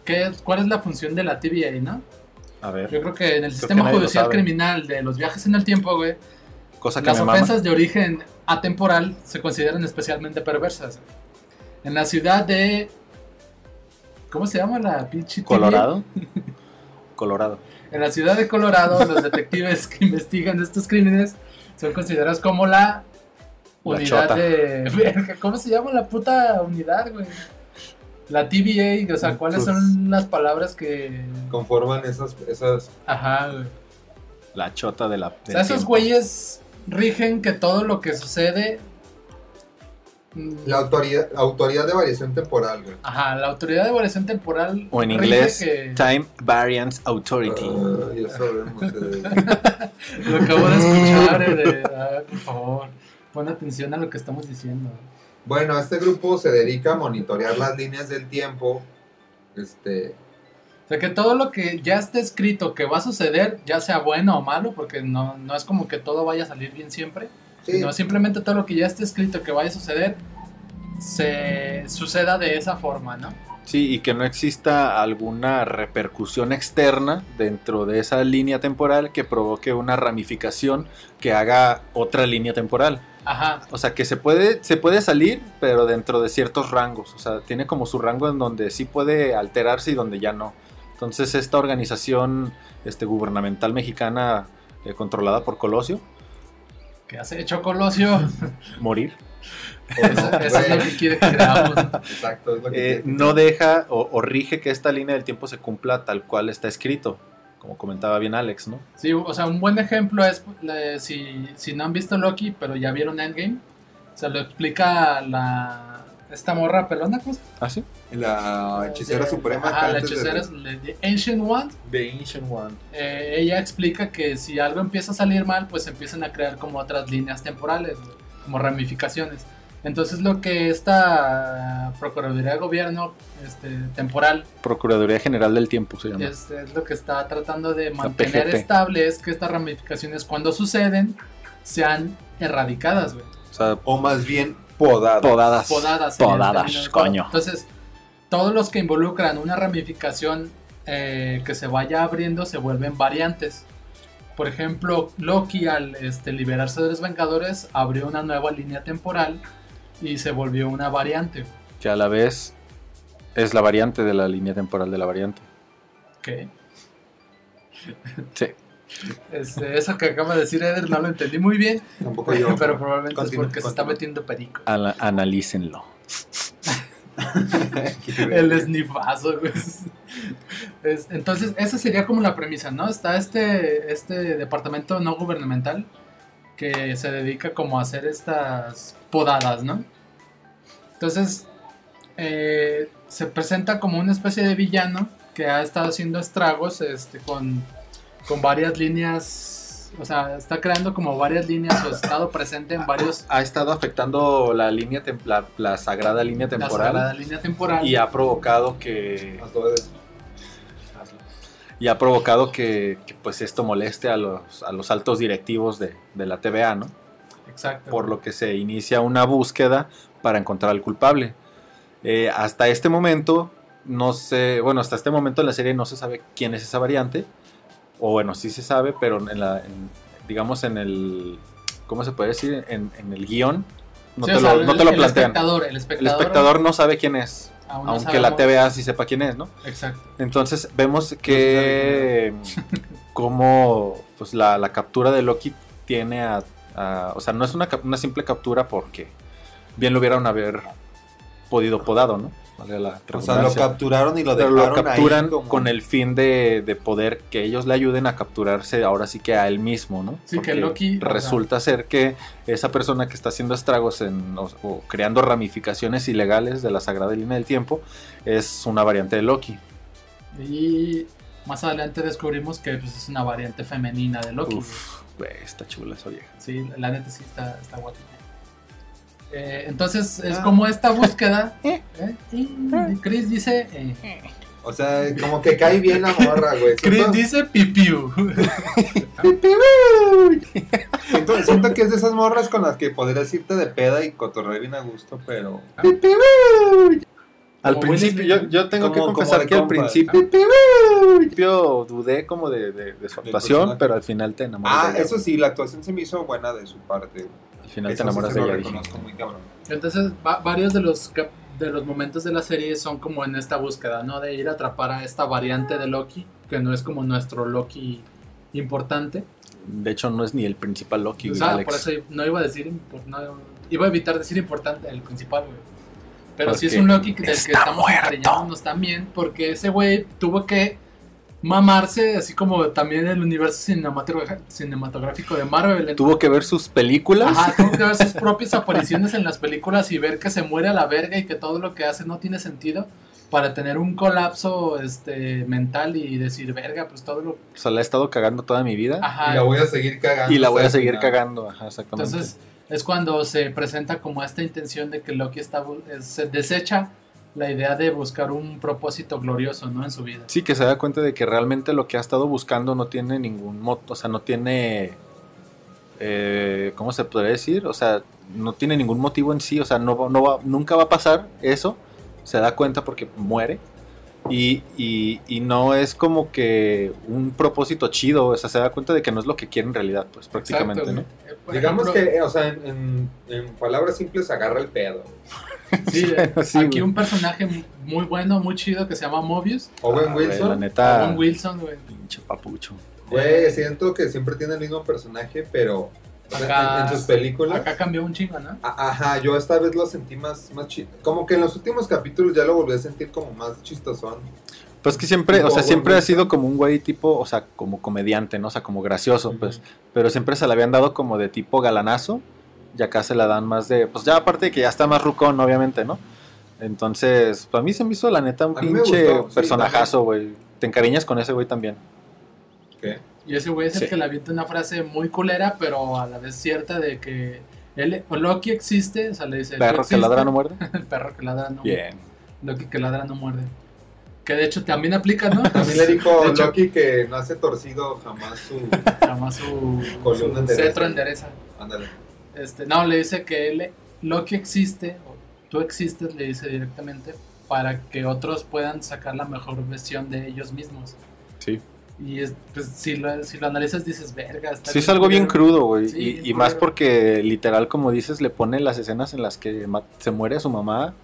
¿qué, es- ¿Cuál es la función de la TVA, no? A Yo ver, creo que en el sistema nadie lo judicial sabe. criminal de los viajes en el tiempo, güey, cosa que las me mama. ofensas de origen atemporal se consideran especialmente perversas. güey. En la ciudad de... ¿Cómo se llama la pinche TVA? Colorado. Colorado. En la ciudad de Colorado, los detectives que investigan estos crímenes son considerados como la unidad chota. de. Verga, ¿Cómo se llama la puta unidad, güey? La TVA, o Mm, sea, pues, ¿cuáles son las palabras que. Conforman esas. esas Ajá, güey. La chota de la. O sea, esos güeyes rigen que todo lo que sucede. mm, la autoridad, la autoridad de variación temporal, güey. Ajá, la autoridad de variación temporal. O en rige inglés, que- Time Variance Authority. Uh. Ah, ya sabemos, eh. Lo acabo de escuchar, eh, de- ay, por favor. Pon atención a lo que estamos diciendo. Bueno, este grupo se dedica a monitorear las líneas del tiempo. Este, O sea, que todo lo que ya esté escrito que va a suceder, ya sea bueno o malo, porque no, no es como que todo vaya a salir bien siempre, sí, sino simplemente todo lo que ya esté escrito que vaya a suceder, se suceda de esa forma, ¿no? Sí, y que no exista alguna repercusión externa dentro de esa línea temporal que provoque una ramificación que haga otra línea temporal. Ajá. O sea, que se puede, se puede salir, pero dentro de ciertos rangos. O sea, tiene como su rango en donde sí puede alterarse y donde ya no. Entonces, esta organización este, gubernamental mexicana eh, controlada por Colosio, ¿Qué hace hecho Colosio? morir, Eso, eso es lo que quiere que creamos. Exacto, es lo que eh, no deja o, o rige que esta línea del tiempo se cumpla tal cual está escrito. Como comentaba bien Alex, ¿no? Sí, o sea, un buen ejemplo es eh, si, si no han visto Loki, pero ya vieron Endgame, se lo explica la esta morra pelona, ¿cómo se Ah, sí. La hechicera De- suprema. Ajá, que la antes de- hechicera, es la- de Ancient One. The Ancient One. eh, ella explica que si algo empieza a salir mal, pues empiezan a crear como otras líneas temporales, como ramificaciones. Entonces lo que esta Procuraduría de Gobierno este, temporal Procuraduría General del Tiempo se llama. es, es lo que está tratando de La mantener PGT. estable es que estas ramificaciones cuando suceden sean erradicadas, güey. O sea, O más bien podada. podadas. Podadas. sería el término Podadas, adecuado. coño. Entonces, todos los que involucran una ramificación eh, que se vaya abriendo se vuelven variantes. Por ejemplo, Loki al este, liberarse de los Vengadores abrió una nueva línea temporal y se volvió una variante. Que a la vez es la variante de la línea temporal de la variante. ¿Qué? Sí. Este, eso que acaba de decir Eder no lo entendí muy bien, Tampoco yo. pero probablemente Continúa, es porque se está continúa. metiendo perico. Ana- analícenlo. El snifazo, güey. Es- entonces, esa sería como la premisa, ¿no? Está este, este departamento no gubernamental que se dedica como a hacer estas podadas, ¿no? Entonces, eh, se presenta como una especie de villano que ha estado haciendo estragos este, con, con varias líneas, o sea, está creando como varias líneas o ha estado presente en varios... Ha estado afectando la línea tem- la, la sagrada línea la temporal sagrada línea temporal. y ha provocado que Hazlo de- y ha provocado que, que, pues esto moleste a los, a los altos directivos de, de la TVA, ¿no? Exacto. por lo que se inicia una búsqueda para encontrar al culpable. Eh, hasta este momento, no sé, bueno, hasta este momento en la serie no se sabe quién es esa variante, o bueno, sí se sabe, pero en la, en- digamos en el, ¿cómo se puede decir? En, en el guión, no, Sí, te, o sea, lo, no el- te lo el plantean. espectador, el El espectador, espectador no sabe quién es, aún no aunque la sabemos- TVA sí sepa quién es, ¿no? Exacto. Entonces vemos que como pues, la, la captura de Loki tiene a, a- O sea, no es una, cap- una simple captura porque bien lo hubieran haber podido podado, ¿no? Valga la O sea, lo redundancia. capturaron y lo Pero dejaron lo ahí capturan como- con el fin de, de poder que ellos le ayuden a capturarse ahora sí que a él mismo, ¿no? Sí, que Porque Loki- Resulta ser que esa persona que está haciendo estragos en, o, o creando ramificaciones ilegales de la Sagrada Línea del Tiempo es una variante de Loki. Y más adelante descubrimos que pues, es una variante femenina de Loki. Uf, güey, está chula esa vieja. Sí, la neta sí está, está guapa. Eh, entonces es como esta búsqueda. ¿eh? Y Chris dice. eh, O sea, como que cae bien la morra, güey. Chris Siento- dice pipiu. Siento, siento que es de esas morras con las que podrías irte de peda y cotorrear bien a gusto, pero. Ah, Al Como principio, Will yo, Smith. yo tengo Como- que como confesar de que al compas. principio, principio dudé como de, de- de su Del actuación, personaje. pero al final te enamoras de Ah, ella. eso sí, la actuación se me hizo buena de su parte. Al final te Eso sí enamoras se de lo ella, dije. reconozco muy cabrón. Entonces va- varios de los, cap- de los momentos de la serie son como en esta búsqueda, ¿no? De ir a atrapar a esta variante de Loki, que no es como nuestro Loki importante. De hecho, no es ni el principal Loki, O güey, sea, Alex. por eso no iba a decir impor- no- iba a evitar decir importante el principal, güey. Pero Porque sí es un Loki que- del que está estamos muerto. estrellándonos también, porque ese güey tuvo que mamarse, así como también el universo cinematogra- cinematográfico de Marvel. Entonces, Tuvo que ver sus películas. Ajá, tuvo que ver sus propias apariciones en las películas y ver que se muere a la verga y que todo lo que hace no tiene sentido para tener un colapso este mental y decir, verga, pues todo lo... O sea, la he estado cagando toda mi vida Ajá, Y la voy a seguir cagando. y la voy a hasta el seguir final. cagando. Ajá, exactamente. Entonces es cuando se presenta como esta intención de que Loki está, bu- eh, se desecha la idea de buscar un propósito glorioso ¿no? en su vida. Sí, que se da cuenta de que realmente lo que ha estado buscando no tiene ningún moto, o sea, no tiene, eh, ¿cómo se podría decir? O sea, no tiene ningún motivo en sí, o sea, no, va- no va- nunca va a pasar eso, se da cuenta porque muere Y, y- y no es como que un propósito chido, o sea, se da cuenta de que no es lo que quiere en realidad, pues prácticamente, Exacto, ¿no? güey. Eh, por Digamos ejemplo, que, eh, o sea, en, en- en palabras simples agarra el pedo. sí, eh, Sí, aquí güey. un personaje muy bueno, muy chido que se llama Mobius. Owen Ah, güey, La Wilson, neta, Owen Wilson, güey. pinche papucho. güey, siento que siempre tiene el mismo personaje, pero o sea, Acá- en, en sus películas. Acá cambió un chingo, ¿no? a- Ajá, yo esta vez lo sentí más, más chido. Como que en los últimos capítulos ya lo volví a sentir como más chistosón. Pues que siempre, o sea, Owen siempre ha Wilson. sido como un güey tipo, o sea, como comediante, ¿no? O sea, como gracioso, pues. Pero siempre se la habían dado como de tipo galanazo. Y acá se la dan más de. Pues ya aparte de que ya está más rucón, obviamente, ¿no? Entonces, para mí se me hizo la neta un A mí me pinche gustó, sí, personajazo, güey. Te encariñas con ese güey también. ¿Qué? Y ese güey es Sí. el que le avienta una frase muy culera, pero a la vez cierta de que él, o Loki existe, o sea, le dice... Perro "Tú que ladra no existes". muerde. El perro que ladra no Bien. Loki que ladra no muerde. Que de hecho también aplica, ¿no? También le dijo De hecho- Loki que no hace torcido jamás su... Jamás su, Columna su endereza. cetro endereza. Ándale. Este, no, le dice que él, Loki existe, o tú existes, le dice directamente, para que otros puedan sacar la mejor versión de ellos mismos. Sí. Y es- pues, si, lo, si lo analizas dices, verga. está Sí, es algo bien culero". crudo, güey. Sí, y bien y más culero. porque, literal, como dices, le pone las escenas en las que ma- se muere su mamá,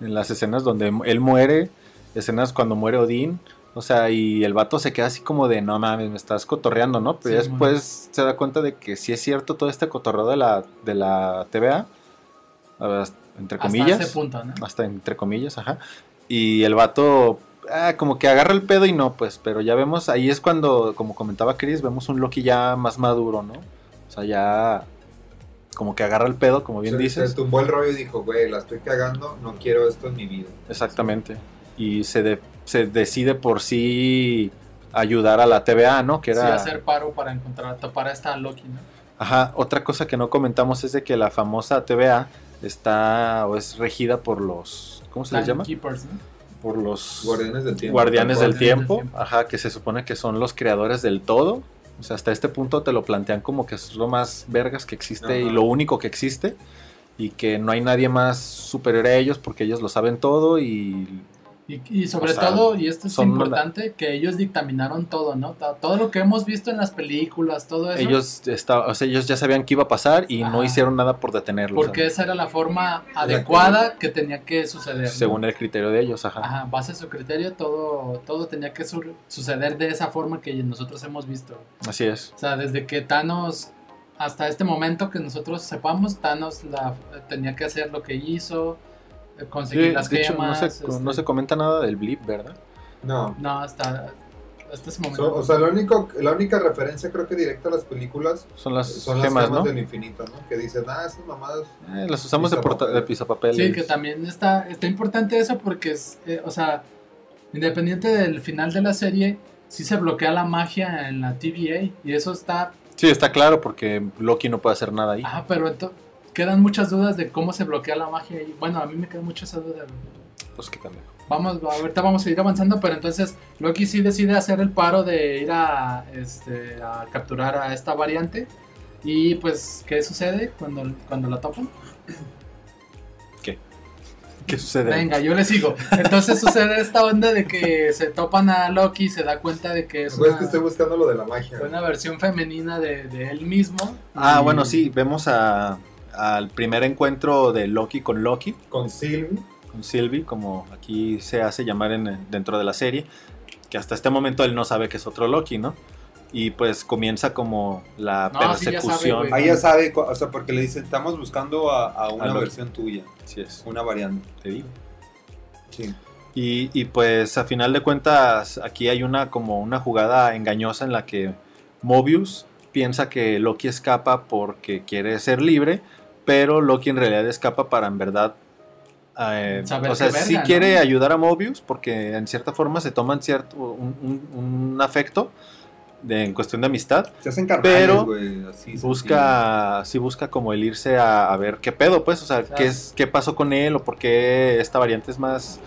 en las escenas donde mu- él muere, escenas cuando muere Odín. O sea, y el vato se queda así como de, no mames, me estás cotorreando, ¿no? Pero ya Sí, mon. después se da cuenta de que sí es cierto todo este cotorreo de la, de la TVA, a ver, hasta- entre comillas. Hasta ese punto, ¿no? hasta entre comillas, ajá. Y el vato, ah, como que agarra el pedo y no, pues, pero ya vemos, ahí es cuando, como comentaba Chris, vemos un Loki ya más maduro, ¿no? O sea, ya como que agarra el pedo, como bien se, dices. se tumbó el rollo y dijo, güey, la estoy cagando, no quiero esto en mi vida. Exactamente. Y se, de- se decide por sí ayudar a la TVA, ¿no? Que Sí, era... hacer paro para encontrar, topar a esta Loki, ¿no? Ajá, otra cosa que no comentamos es de que la famosa TVA está o es regida por los... ¿Cómo se les llama? Keepers, ¿no? Por los... Guardianes del tiempo. Guardianes Tal del cual. Guardianes Tiempo, del Tiempo. ajá, que se supone que son los creadores del todo. O sea, hasta este punto te lo plantean como que es lo más vergas que existe y Ajá. lo único que existe. Y que no hay nadie más superior a ellos porque ellos lo saben todo y Y, y sobre O sea, todo, y esto es son una- importante, que ellos dictaminaron todo, ¿no? Ta- Todo lo que hemos visto en las películas, todo eso. ellos, esta- o sea, ellos ya sabían que iba a pasar y no Pues Ajá. hicieron nada por detenerlo. o sea, porque esa era la forma adecuada que tenía que suceder. ¿no? según el criterio de ellos, ajá. Ajá, base a su criterio, todo, todo tenía que sur- suceder de esa forma que nosotros hemos visto. Así es. O sea, desde que Thanos, hasta este momento que nosotros sepamos, Thanos la, tenía que hacer lo que hizo, eh, conseguir Sí, las de hecho, no gemas. se, este, no se comenta nada del blip, ¿verdad? No. no, hasta, hasta ese momento. So- o sea, lo único, la única referencia creo que directa a las películas Son las son las gemas, gemas, ¿no? del infinito, ¿no? Que dicen, ah, esas mamadas. Eh, las usamos de, porta- de pisapapel. Sí, que también está, está importante eso porque, es, eh, o sea, independiente del final de la serie, sí se bloquea la magia en la TVA y eso está... Sí, está claro porque Loki no puede hacer nada ahí. Ah, pero ento- quedan muchas dudas de cómo se bloquea la magia y bueno, a mí me queda mucho esa duda. güey. Pues que también. Vamos, ahorita vamos a ir avanzando, pero entonces Loki sí decide hacer el paro de ir a, este, a capturar a esta variante y pues, ¿qué sucede cuando, cuando la topan? ¿Qué sucede? Venga, yo le sigo. Entonces sucede esta onda de que se topan a Loki, se da cuenta de que es Güey, una, es que estoy buscando lo de la magia. una versión femenina de, de él mismo. Ah, Y- bueno, sí, vemos a- al primer encuentro de Loki con Loki, Con Sylvie. con Sylvie, como aquí se hace llamar en, dentro de la serie, que hasta este momento él no sabe que es otro Loki, ¿no? Y pues comienza como la No, sí, ya sabe, persecución. güey. Ahí ya sabe, cu- o sea, porque le dicen, estamos buscando a, a A una Loki. versión tuya, Así es, una variante. te digo. Sí. Y, y, pues a final de cuentas aquí hay una como una jugada engañosa en la que Mobius piensa que Loki escapa porque quiere ser libre, pero Loki en realidad escapa para en verdad... eh, Saber o sea, qué sí verga, ¿no? quiere ayudar a Mobius porque en cierta forma se toman cierto, un, un- un afecto de- en cuestión de amistad, Se hacen carnales, Pero güey, así. busca sí busca como el irse a, a ver qué pedo pues o sea Claro. qué es qué pasó con él o por qué esta variante es más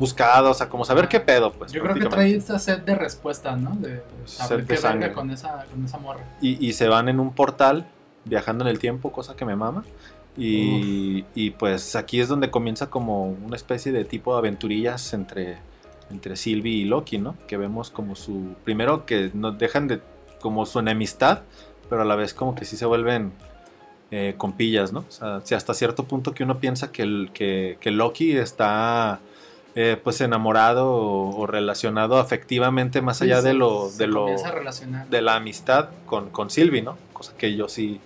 buscada o sea como saber qué pedo pues Yo creo que trae prácticamente. esta sed de respuesta, ¿no? De de Sed saber de qué sangre. verga con esa, con esa morra. y, y se van en un portal viajando en el tiempo cosa que me mama y, y, pues aquí es donde comienza como una especie de tipo de aventurillas entre entre Sylvie y Loki, ¿no? Que vemos como su. Primero que nos dejan de. como su enemistad, pero a la vez como que sí se vuelven eh, compillas, ¿no? O sea, si hasta cierto punto que uno piensa que, el- que, que Loki está. eh, pues enamorado o, o relacionado afectivamente más allá de lo Se de lo Comienza a relacionar. de la amistad con, con Sylvie, ¿no? Cosa que yo sí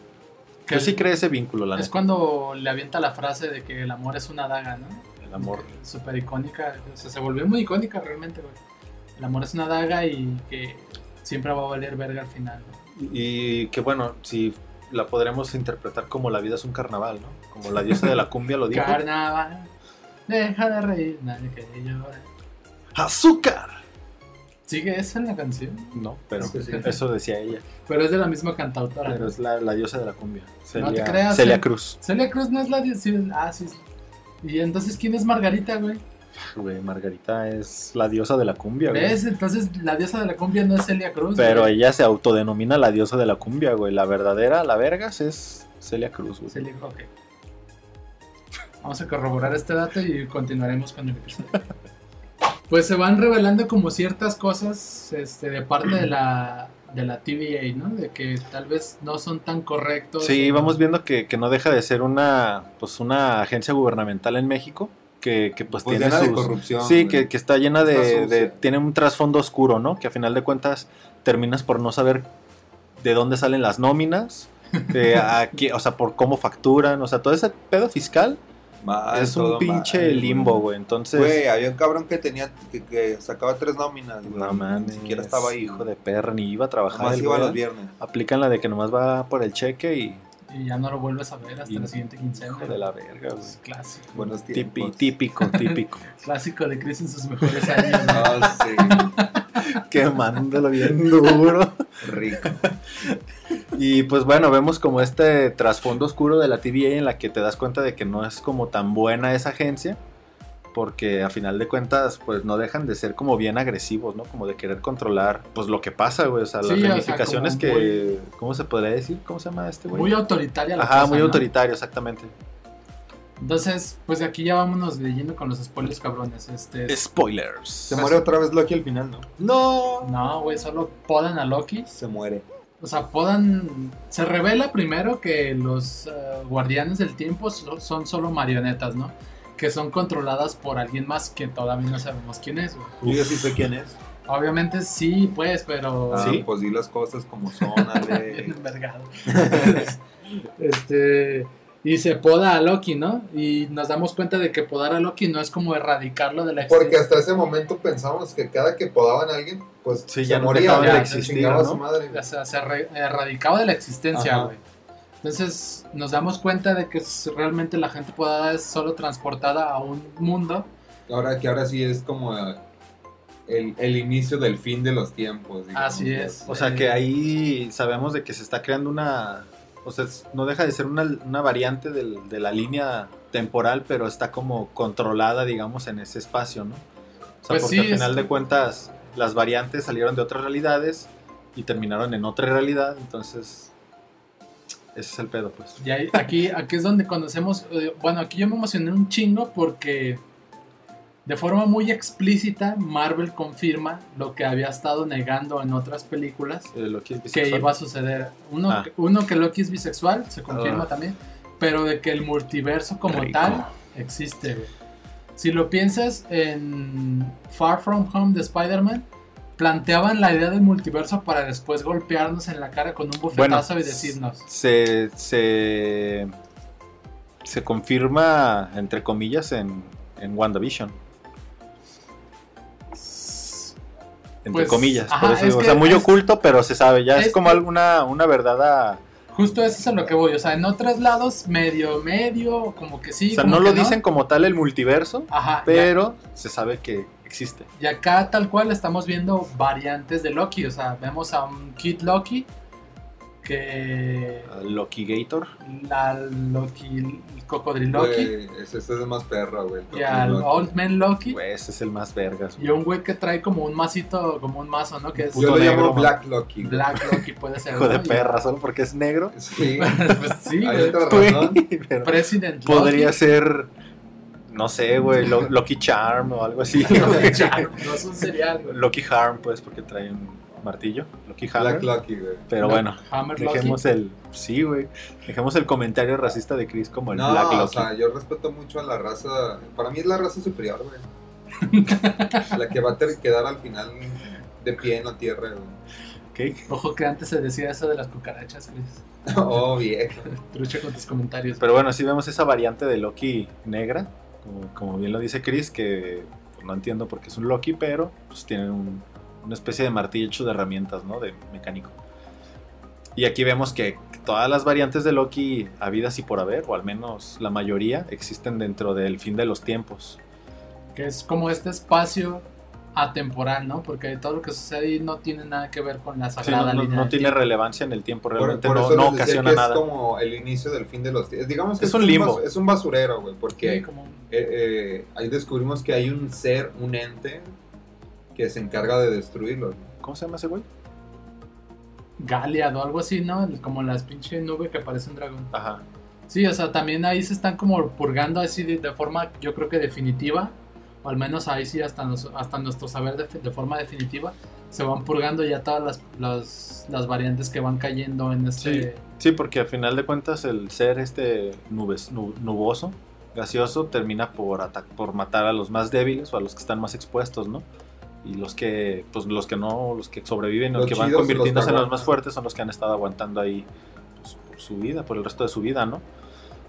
Que yo el- sí creo ese vínculo, la Es neta. cuando le avienta la frase de que el amor es una daga, ¿no? El amor. Súper icónica. O sea, se volvió muy icónica realmente, güey. El amor es una daga y que siempre va a valer verga al final. ¿no? Y que bueno, si la podremos interpretar como la vida es un carnaval, ¿no? Como la diosa de la cumbia lo dijo. Carnaval. Deja de reír, nadie que llora. ¡Azúcar! Sigue eso en la canción. No, pero Sí, sí. eso decía ella. Pero es de la misma cantautora. Pero es la, la diosa de la cumbia. Celia, te creas, Celia eh. Cruz. Celia Cruz no es la de. sí, ah, sí. sí. ¿Y entonces quién es Margarita, güey? Güey, Margarita es la diosa de la cumbia, güey. ¿Ves? Entonces la diosa de la cumbia no es Celia Cruz. Pero güey. ella se autodenomina la diosa de la cumbia, güey. La verdadera, la vergas, es Celia Cruz, güey. Celia, ok. Vamos a corroborar este dato y continuaremos con el episodio. Pues se van revelando como ciertas cosas este, de parte de la, de la TVA, ¿no? De que tal vez no son tan correctos. Sí, vamos viendo que, que no deja de ser una, pues una agencia gubernamental en México que, que pues, Pues tiene llena de sus- corrupción. Sí, güey. que, que está llena Está de, sucia. de- tiene un trasfondo oscuro, ¿no? Que a final de cuentas terminas por no saber de dónde salen las nóminas, de a qué- o sea, por cómo facturan, o sea, todo ese pedo fiscal Mal, es Ah, todo un pinche mal, limbo, güey. Entonces, Güey, había un cabrón que tenía que, que sacaba tres nóminas, güey. no mames, Ni siquiera estaba ahí, hijo hijo de perra, ni iba a trabajar. el iba güey. los viernes. Aplican la de que nomás va por el cheque y Y ya no lo vuelves a ver hasta Y- la siguiente quincena. hijo de la verga, güey. Es clásico. Buenos Tipi- tiempos. típico, típico. Clásico de Chris en sus mejores años. ¿no? No, sí, Quemándolo bien duro. rico. Y pues bueno, vemos como este trasfondo oscuro de la TVA en la que te das cuenta de que no es como tan buena esa agencia, porque a final de cuentas pues no dejan de ser como bien agresivos, ¿no? Como de querer controlar pues lo que pasa, güey, o sea, las Sí, o sea, ramificaciones como que... ¿Cómo se podría decir? ¿Cómo se llama este güey? Muy autoritaria la Ajá, cosa, muy ¿no? autoritario, exactamente. Entonces, pues aquí ya vámonos leyendo con los spoilers cabrones. Este, Spoilers. Se muere otra vez Loki al final, ¿no? No. No, güey, solo podan a Loki. Se muere. O sea, podan. Se revela primero que los eh, guardianes del tiempo so- son solo marionetas, ¿no? Que son controladas por alguien más que todavía no sabemos quién es, güey. Y Yo sí sé quién es. Obviamente sí, pues, pero. Ah, ¿Sí? Pues di las cosas como son, Bien Ale. envergado. este. Y se poda a Loki, ¿no? Y nos damos cuenta de que podar a Loki no es como erradicarlo de la Porque hasta ese momento pensábamos que cada que podaban a alguien, pues Sí, se ya no moría, dejaban güey, de se existir, ¿no? chingaba a su madre. güey. O sea, se re- erradicaba de la existencia, Ajá. güey. Entonces nos damos cuenta de que es- realmente la gente podada es solo transportada a un mundo. Ahora que ahora sí es como eh, el, el inicio del fin de los tiempos. digamos, Así güey. es. O sea que ahí sabemos de que se está creando una... O sea, es- no deja de ser una, una variante del- de la línea temporal, pero está como controlada, digamos, en ese espacio, ¿no? O sea, Pues porque sí, al final es- de cuentas las variantes salieron de otras realidades y terminaron en otra realidad, entonces... Ese es el pedo, pues. Y ahí- aquí, aquí es donde conocemos. eh, bueno, aquí yo me emocioné un chingo porque de forma muy explícita Marvel confirma lo que había estado negando en otras películas. Eh, lo que es que bisexual. iba a suceder. Uno, Ah. uno que Loki es bisexual, se confirma Ah. también, pero de que el multiverso como Rico. tal existe. güey. Si lo piensas en Far From Home de Spider-Man, planteaban la idea del multiverso para después golpearnos en la cara con un bofetazo y decirnos. se, se, se confirma, entre comillas, en, en WandaVision. Entre Pues, comillas, ajá, por eso es digo, o que sea, muy es- oculto, pero se sabe, ya es, es como que- alguna una verdad ah, a- Justo eso es a lo que voy. O sea, en otros lados, medio, medio, como que sí. o sea, como no que lo dicen como tal el multiverso, Ajá, ya- pero se sabe que existe. Y acá tal cual estamos viendo variantes de Loki. O sea, vemos a un Kid Loki que A Loki Gator. la Loki, el Cocodril Loki Güey, ese, ese es más perro, güey. el y al Loki. Old Man Loki Güey, ese es el más vergas. y a un güey que trae como un macito, como un mazo, ¿no? Que es Puto Yo lo llamo negro, Black Loki. güey. Black Loki, puede ser. Hijo de ¿no? Y- perra, solo porque es negro. Sí, pues sí, hay güey. otra Güey, razón. pero President podría Loki. ser No sé, güey, Lo- Lucky Charm o algo así. no es un cereal, güey. Lucky Harm, pues, porque trae un martillo. Lucky Hammer. Black Lucky, güey. Pero Black bueno, Hammer Lucky. dejemos el. Sí, güey. Dejemos el comentario racista de Chris como el No, Black o Lucky. sea, yo respeto mucho a la raza. Para mí es la raza superior, güey. la que va a ter- quedar al final de pie en la tierra, güey. Ok. Ojo que antes se decía eso de las cucarachas, Chris. Oh, viejo. Trucha con tus comentarios. Pero bueno, sí vemos esa variante de Loki negra. Como, como bien lo dice Chris, que pues, no entiendo por qué es un Loki, pero pues tiene un- una especie de martillo hecho de herramientas, ¿no? De mecánico. Y aquí vemos que todas las variantes de Loki habidas y por haber, o al menos la mayoría, existen dentro del fin de los tiempos. que es como este espacio atemporal, ¿no? Porque todo lo que sucede ahí no tiene nada que ver con la Sí, no, sagrada no- línea. no del tiene relevancia en el tiempo, realmente no- les no, decía ocasiona que nada. Es como el inicio del fin de los tiempos. Digamos que Es un limbo. basu- es un basurero, güey, porque tiempo, como un- eh, eh, ahí descubrimos que hay un ser, un ente, que se encarga de destruirlo. güey. ¿Cómo se llama ese güey? Galead o algo así, ¿no? El- Como las pinche nube que parece un dragón. Ajá. Sí, o sea, también ahí se están como purgando así de, de forma, yo creo que definitiva, o al menos ahí sí, hasta, nos- hasta nuestro saber de, de forma definitiva, se van purgando ya todas las, las, las variantes que van cayendo en este... Sí, porque al final de cuentas el ser este nubes, nu- nuboso, gaseoso, termina por, ata- por matar a los más débiles o a los que están más expuestos, ¿no? Y los que, pues los que no, los que sobreviven o Los que van chidos, los convirtiéndose en los caguamas. más fuertes son los que han estado aguantando ahí pues, por su vida, por el resto de su vida, ¿no?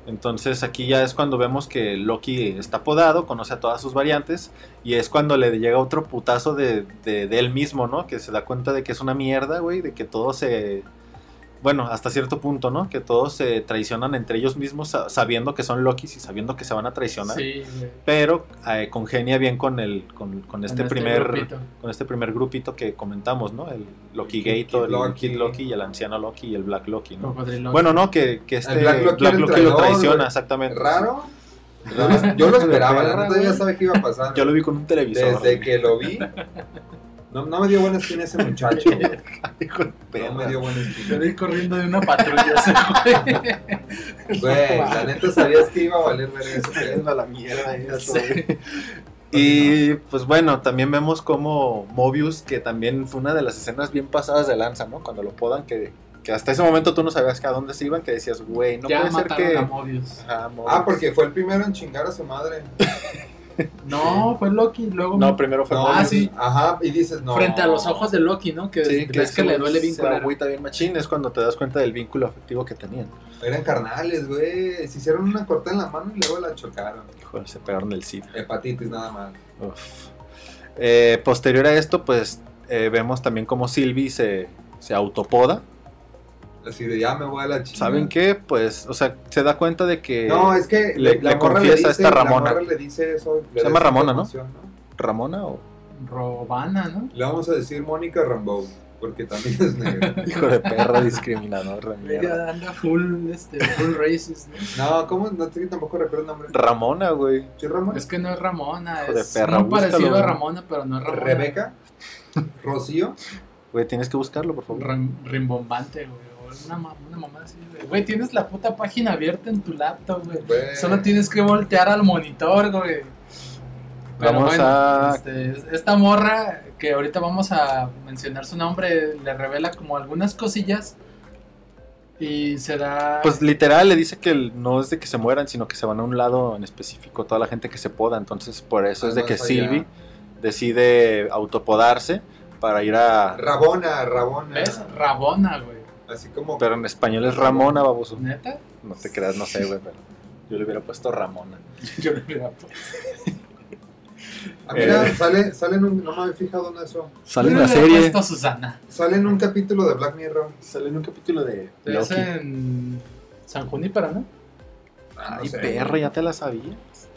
Entonces aquí ya es cuando vemos que Loki está podado, conoce a todas sus variantes y es cuando le llega otro putazo de, de- de él mismo, ¿no? Que se da cuenta de que es una mierda, güey, de que todo se... Bueno, hasta cierto punto, ¿no? Que todos se traicionan entre ellos mismos sa- sabiendo que son Lokis y sabiendo que se van a traicionar. Sí, güey, Pero eh, congenia bien con el con, con este en primer grupito. con este primer grupito que comentamos, ¿no? El Loki Gator, Kid el Loki. Kid Loki y el anciano Loki y el Black Loki, ¿no? Cocodrilo. Bueno, no, que, que este Black Black Loki Loki, era el lo traidor, traiciona, güey. exactamente. Raro. Yo lo- Yo lo esperaba, la Raro, neta, yo ya güey. sabía que iba a pasar. Yo lo vi con un televisor. Desde güey. que lo vi, no, no me dio buena espina ese muchacho. güey. Hijo de No me perra. dio buena Yo espina. vi corriendo de una patrulla ese güey. Güey, la neta sabías que iba a valer verga ese pedo. a la mierda eso, Sí. güey. Y pues bueno, también vemos como Mobius, que también fue una de las escenas bien pasadas de lanza, ¿no? Cuando lo podan, que, que hasta ese momento tú no sabías que a dónde se iban, que decías, güey, no ya puede ser mataron que. a Mobius. Ajá, Mobius. Ah, porque fue el primero en chingar a su madre. No, fue Loki. Luego No, primero fue No, Ah, Mobius. sí. Ajá, y dices, no. frente a los ojos de Loki, ¿no? Que Sí, ves que ese le güey duele bien se culero. agüita bien machín, es cuando te das cuenta del vínculo afectivo que tenían. Eran carnales, güey. Se hicieron una cortada en la mano y luego la chocaron. Híjole, se pegaron el cid. Hepatitis nada más. Uf. Eh, posterior a esto, pues eh, vemos también cómo Sylvie se, se autopoda. Así de ya me voy a la chingada. ¿Saben qué? Pues, o sea, se da cuenta de que No, es que le- la le morra confiesa dice- esta la Ramona. morra le dice eso. le Se da llama esa Ramona, ¿no? información, Ramona o Robana, ¿no? Le vamos a decir Mónica Rambeau, porque también es negra. hijo de perra discriminador, de mierda. Ella anda full, este, full racist, ¿no? No, ¿cómo? No sé, tampoco recuerdo el nombre. Ramona, güey. ¿Sí, Ramona? Es que no es Ramona, Hijo de es perra, muy parecido búscalo. a Ramona, pero no es Ramona. Rebeca. Rocío. Güey, tienes que buscarlo, por favor. Rim- rimbombante, güey. o Una, ma- una mamá así, güey. Güey, tienes la puta página abierta en tu laptop, güey. güey. Solo tienes que voltear al monitor, güey. Pero Vamos bueno, a- este, esta morra, que ahorita vamos a mencionar su nombre, le revela como algunas cosillas. Y será. Pues literal le dice que el- no es de que se mueran, sino que se van a un lado en específico, toda la gente que se poda. Entonces, por eso es de Más que allá. Sylvie decide autopodarse para ir a. Rabona, Rabona. ¿Ves? Rabona, güey. Así como. Pero en español es Ramona, baboso. ¿Neta? No te creas, no sé, güey, pero yo le hubiera puesto Ramona. Yo le hubiera puesto. Ah, mira, eh. sale, sale en un. No me había fijado en eso. Sale Yo en le la hubiera serie. puesto a Susana. Sale en un capítulo de Black Mirror. Sale en un capítulo de Es en San Junípero, ¿no? Ah, no Ay, sé. perra, ya te la sabías.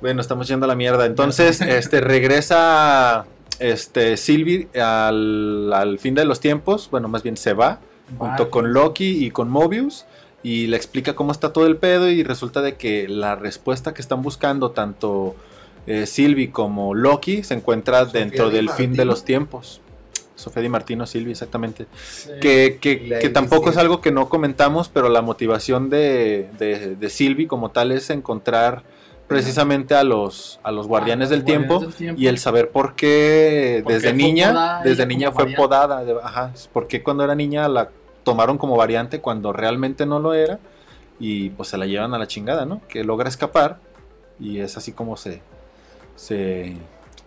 Bueno, estamos yendo a la mierda. Entonces, este regresa este Sylvie al, al fin de los tiempos. Bueno, más bien se va junto Vale. con Loki y con Mobius. Y le explica cómo está todo el pedo. Y resulta de que la respuesta que están buscando tanto eh, Sylvie como Loki se encuentra Sofía dentro Di del fin de Martino. los tiempos. Sofía Di Martino, Sylvie, exactamente Sí. que, que- Lady que tampoco es Sylvie. algo que no comentamos, pero la motivación de, de, de Sylvie como tal es encontrar precisamente a los, a los guardianes, del, Ah, Guardianes tiempo, y el saber por qué ¿Por desde qué fue niña, podada desde ella niña como fue variante? podada, de- ajá, por qué cuando era niña la tomaron como variante cuando realmente no lo era y pues se la llevan a la chingada, ¿no? Que logra escapar y es así como se, se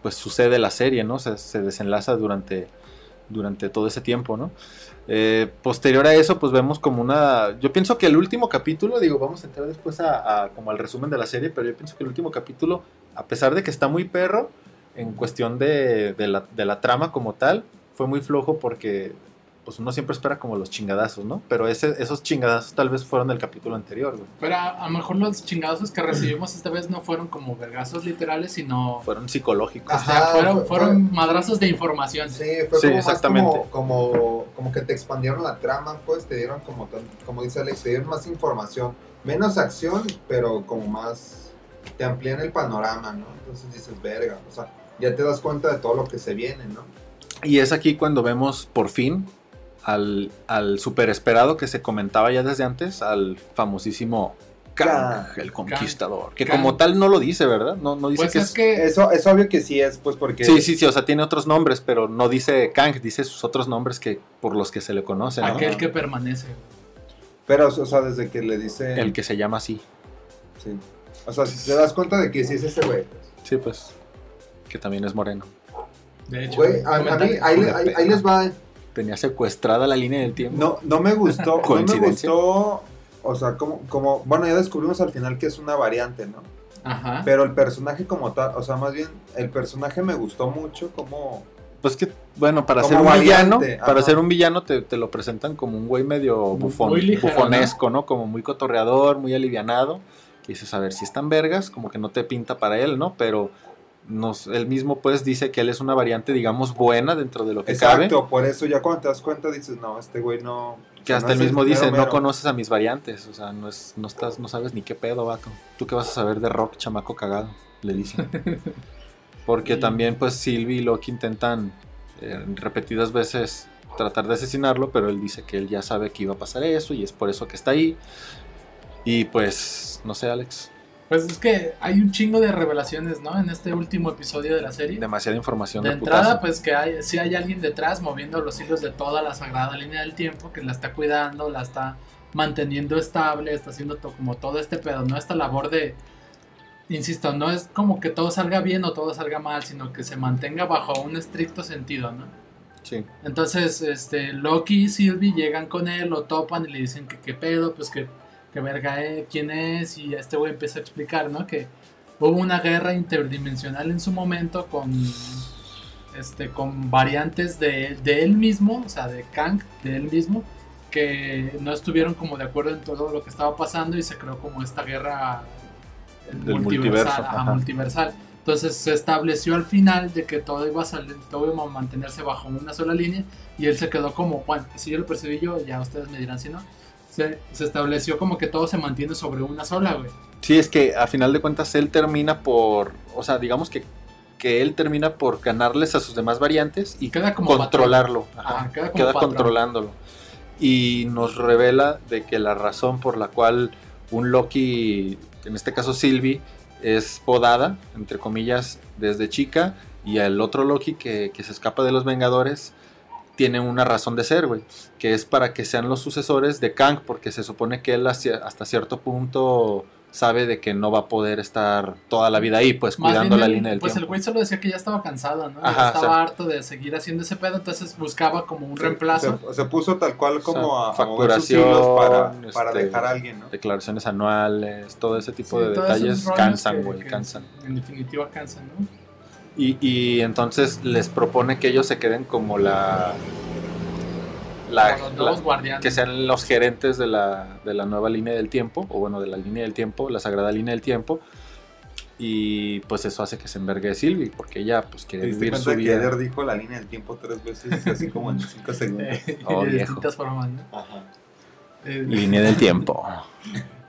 pues sucede la serie, ¿no? Se, se desenlaza durante, durante todo ese tiempo, ¿no? Eh, posterior a eso, pues vemos como una. Yo pienso que el último capítulo, digo, vamos a entrar después a, a como al resumen de la serie, pero yo pienso que el último capítulo, a pesar de que está muy perro, en cuestión de, de la, de la trama como tal, fue muy flojo porque pues uno siempre espera como los chingadazos, ¿no? Pero ese, esos chingadazos tal vez fueron del capítulo anterior, güey. Pero a a lo mejor los chingados que recibimos esta vez no fueron como vergazos literales, sino Fueron psicológicos. o sea, Ajá, pues fueron, fue- fueron madrazos de información. Sí, fue Sí, como más exactamente. como, como, como que te expandieron la trama, pues te dieron como, tan- como dice Alex, te dieron más información, menos acción, pero como más, te amplían el panorama, ¿no? Entonces dices, verga, o sea, ya te das cuenta de todo lo que se viene, ¿no? Y es aquí cuando vemos por fin al, al super esperado que se comentaba ya desde antes, al famosísimo Kang, Kang. el conquistador. que Kang. como tal no lo dice, ¿verdad? No, no dice Pues que es es. que Eso es obvio que sí es, pues porque Sí, sí, sí, o sea, tiene otros nombres, pero no dice Kang, dice sus otros nombres que por los que se le conoce, ¿no? aquel que permanece. Pero, o sea, desde que le dice. El que se llama así. Sí. O sea, si te das cuenta de que sí es ese güey. pues. Sí, pues. Que también es moreno. De hecho, Güey, a, a mí, coméntale. ahí, le- ahí- ahí les va, eh. Tenía secuestrada la línea del tiempo. No, no me gustó. no me Coincidencia. gustó. O sea, como, como. Bueno, ya descubrimos al final que es una variante, ¿no? Ajá. Pero el personaje como tal, o sea, más bien, el personaje me gustó mucho como. Pues que, bueno, para Como ser un variante, villano, para ajá. ser un villano te, te lo presentan como un güey medio bufón, muy ligero, bufonesco, ¿no? Como muy cotorreador, muy alivianado. Y dices, a ver, si están vergas, como que no te pinta para él, ¿no? Pero nos, él mismo pues dice que él es una variante, digamos, buena dentro de lo que cabe. Exacto, por eso ya cuando te das cuenta dices, no, este güey no. Que hasta no él es mismo dice, mero, no mero". conoces a mis variantes, o sea, no es, no estás, no sabes ni qué pedo, vato. ¿Tú qué vas a saber de rock, chamaco cagado? Le dicen. Porque Y- también, pues, Sylvie y Loki intentan eh, repetidas veces tratar de asesinarlo, pero él dice que él ya sabe que iba a pasar eso y es por eso que está ahí. Y pues, no sé, Alex, Pues es que hay un chingo de revelaciones, ¿no? En este último episodio de la serie. demasiada información De de, entrada, putazo. pues que hay, sí hay alguien detrás moviendo los hilos de toda la sagrada línea del tiempo, que la está cuidando, la está manteniendo estable, está haciendo to- como todo este pedo, ¿no? Esta labor de, insisto, no es como que todo salga bien o todo salga mal, sino que se mantenga bajo un estricto sentido, ¿no? Sí. Entonces, este, Loki y Sylvie llegan con él, lo topan y le dicen que qué pedo, pues que, que verga, eh, quién es, y este güey empieza a explicar, ¿no? Que hubo una guerra interdimensional en su momento con, este, con variantes de, de él mismo, o sea, de Kang, de él mismo, que no estuvieron como de acuerdo en todo lo que estaba pasando y se creó como esta guerra Del multiverso, multiversal, ajá, ajá. multiversal. Entonces se estableció al final de que todo iba a salir, todo iba a mantenerse bajo una sola línea y él se quedó como, bueno, si yo lo percibí yo, ya ustedes me dirán si no. Se, se estableció como que todo se mantiene sobre una sola, güey. Sí, es que a final de cuentas él termina por, o sea, digamos que, que él termina por ganarles a sus demás variantes y Queda como controlarlo. patrón. ajá. Ajá, queda como queda patrón. controlándolo. Y nos revela de que la razón por la cual un Loki, en este caso Sylvie, es podada, entre comillas, desde chica, y el otro Loki que, que se escapa de los Vengadores tiene una razón de ser, güey, que es para que sean los sucesores de Kang, porque se supone que él hacia- hasta cierto punto sabe de que no va a poder estar toda la vida ahí, pues Más cuidando bien la el- línea del pues el tiempo. güey solo decía que ya estaba cansado, ¿no? Ya Ajá, estaba o sea. harto de seguir haciendo ese pedo, entonces buscaba como un Se- reemplazo. Se, se puso tal cual como O a, sea, a mover sus facturación, hilos para, para este, dejar a alguien, ¿no? Declaraciones anuales, todo ese tipo Sí, de todos esos detalles rollos cansan, que- güey, que cansan. En definitiva cansan, ¿no? Y, y entonces les propone que ellos se queden como la. la, Como Ah, los la- nuevos guardianes. que sean los gerentes de la, de la nueva línea del tiempo, o bueno, de la línea del tiempo, la sagrada línea del tiempo. Y pues eso hace que se envergue Sylvie, porque ella pues Te quiere diste vivir su cuenta que vida. Eder dijo la línea del tiempo tres veces, así como en cinco segundos. Eh, Oh, de viejo. distintas formas, ¿no? Ajá. Eh, Línea del tiempo.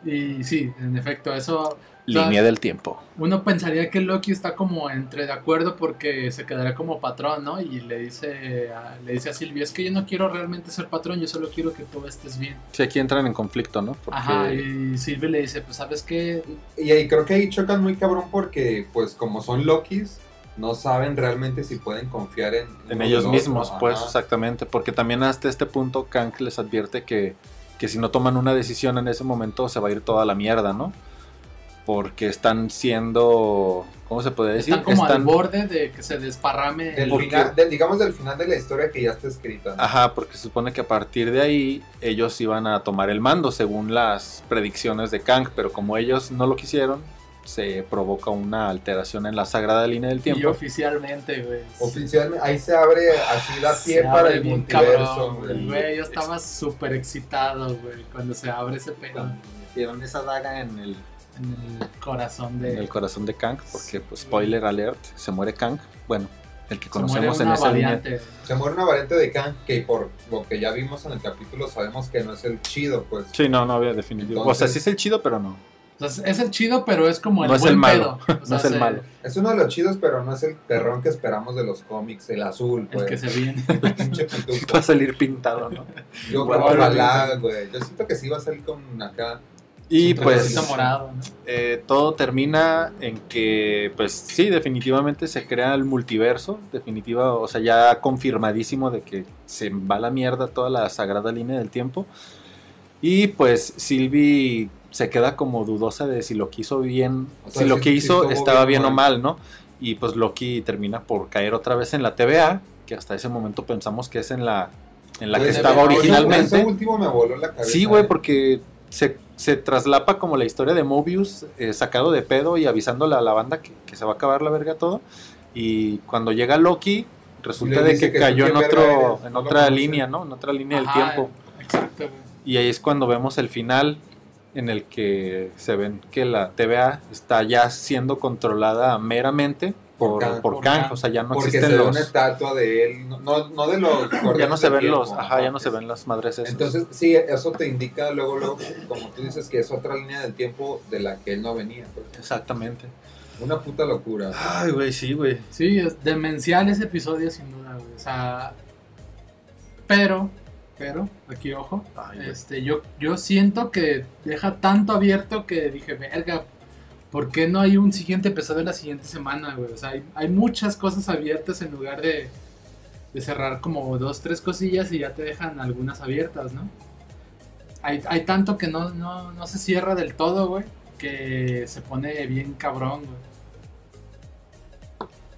Y sí, en efecto, eso línea del tiempo. Uno pensaría que Loki está como entre de acuerdo porque se quedará como patrón, ¿no? Y le dice a, le dice a Silvia, es que yo no quiero realmente ser patrón, yo solo quiero que tú estés bien. Sí, aquí entran en conflicto, ¿no? Porque Ajá, y Silvia le dice, pues sabes qué, Y ahí creo que ahí chocan muy cabrón porque, pues, como son Lokis, no saben realmente si pueden confiar en, en uno ellos del otro, mismos, pues, ajá. exactamente. Porque también hasta este punto Kang les advierte que, que si no toman una decisión en ese momento se va a ir toda la mierda, ¿no? Porque están siendo, ¿cómo se puede decir? están como al borde de que se desparrame. Del ¿Por final- del- digamos del final de la historia que ya está escrita. ¿no? Ajá, porque se supone que a partir de ahí ellos iban a tomar el mando según las predicciones de Kang, pero como ellos no lo quisieron, se provoca una alteración en la sagrada línea del y tiempo. oficialmente, güey. Oficialmente, ahí se abre así la Se pie para abre el bien multiverso. cabrón, güey. güey. Yo estaba súper excitado, güey, cuando se abre ese pedo Metieron esa daga en el, en el corazón de... en el corazón de Kang, porque, pues, spoiler alert, se muere Kang. Bueno, el que se muere conocemos en una esa línea. variante. Se muere una variante de Khan que por lo que ya vimos en el capítulo sabemos que no es el chido, pues. Sí, no, no había definido. O sea, Entonces- sí es el chido, pero no. O sea, es el chido, pero es como el No es buen el malo, pedo. O No sea, es el se- malo. Es uno de los chidos, pero no es el terrón que esperamos de los cómics, el azul, El pues. que Pues, se viene. Pinche Va pitufo. a salir pintado, ¿no? Yo creo que Probablemente. ojalá, güey. Yo siento que sí va a salir con acá. Y Sí, pues... Está morado, ¿no? eh, todo termina en que, pues sí, definitivamente se crea el multiverso, definitiva, o sea, ya confirmadísimo de que se va a la mierda toda la sagrada línea del tiempo. Y pues Sylvie se queda como dudosa de si lo que hizo bien, O sea, si lo si- que si hizo estuvo estaba bien bien o o mal, ¿no? Y pues Loki termina por caer otra vez en la TVA, que hasta ese momento pensamos que es en la, en la que Güey, estaba eso- originalmente. Eso último me voló la cabeza. Sí, güey, eh. porque se, se traslapa como la historia de Mobius eh, sacado de pedo y avisándole a la banda que, que se va a acabar la verga todo. Y cuando llega Loki, resulta Le de dice que, que cayó tú en qué verga otro eres, en no lo otra conoces. línea, ¿no? En otra línea del Ajá, tiempo. Exacto, güey. Y ahí es cuando vemos el final en el que se ven que la TVA está ya siendo controlada meramente por, Por Kang. por Por Kang, Kang. O sea, ya no Porque se existen ve una los... estatua de él, no, no, no de los... Ya no se ven del los... tiempo, Ajá, ya no se ven las madres esas. Entonces, sí, eso te indica luego, luego, como tú dices, que es otra línea del tiempo de la que él no venía. pues. Exactamente. Una puta locura. Ay, güey, sí, güey. Sí, es demencial ese episodio, sin duda, güey. O sea. Pero, pero, aquí ojo. Ay, güey. Este, yo, yo siento que deja tanto abierto que dije, verga, ¿por qué no hay un siguiente episodio la siguiente semana, güey? O sea, hay, hay muchas cosas abiertas en lugar de, de cerrar como dos, tres cosillas y ya te dejan algunas abiertas, ¿no? Hay, hay tanto que no, no, no se cierra del todo, güey, que se pone bien cabrón, güey.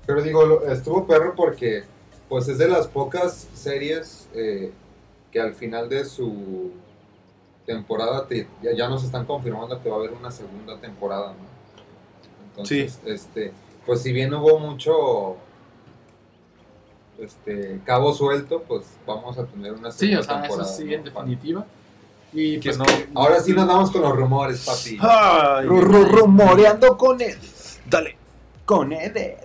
Pero digo, lo- estuvo perro porque pues es de las pocas series eh, que al final de su temporada te- ya, ya nos están confirmando que va a haber una segunda temporada, ¿no? Entonces, este, pues si bien hubo mucho este cabo suelto, pues vamos a tener una Sí, segunda o sea, eso temporada. sí, ¿no? en definitiva. Y Que pues no- que- Ahora sí nos vamos con los rumores, papi. Ay, Ru- ru- Rumoreando con él. Dale. Con Eder.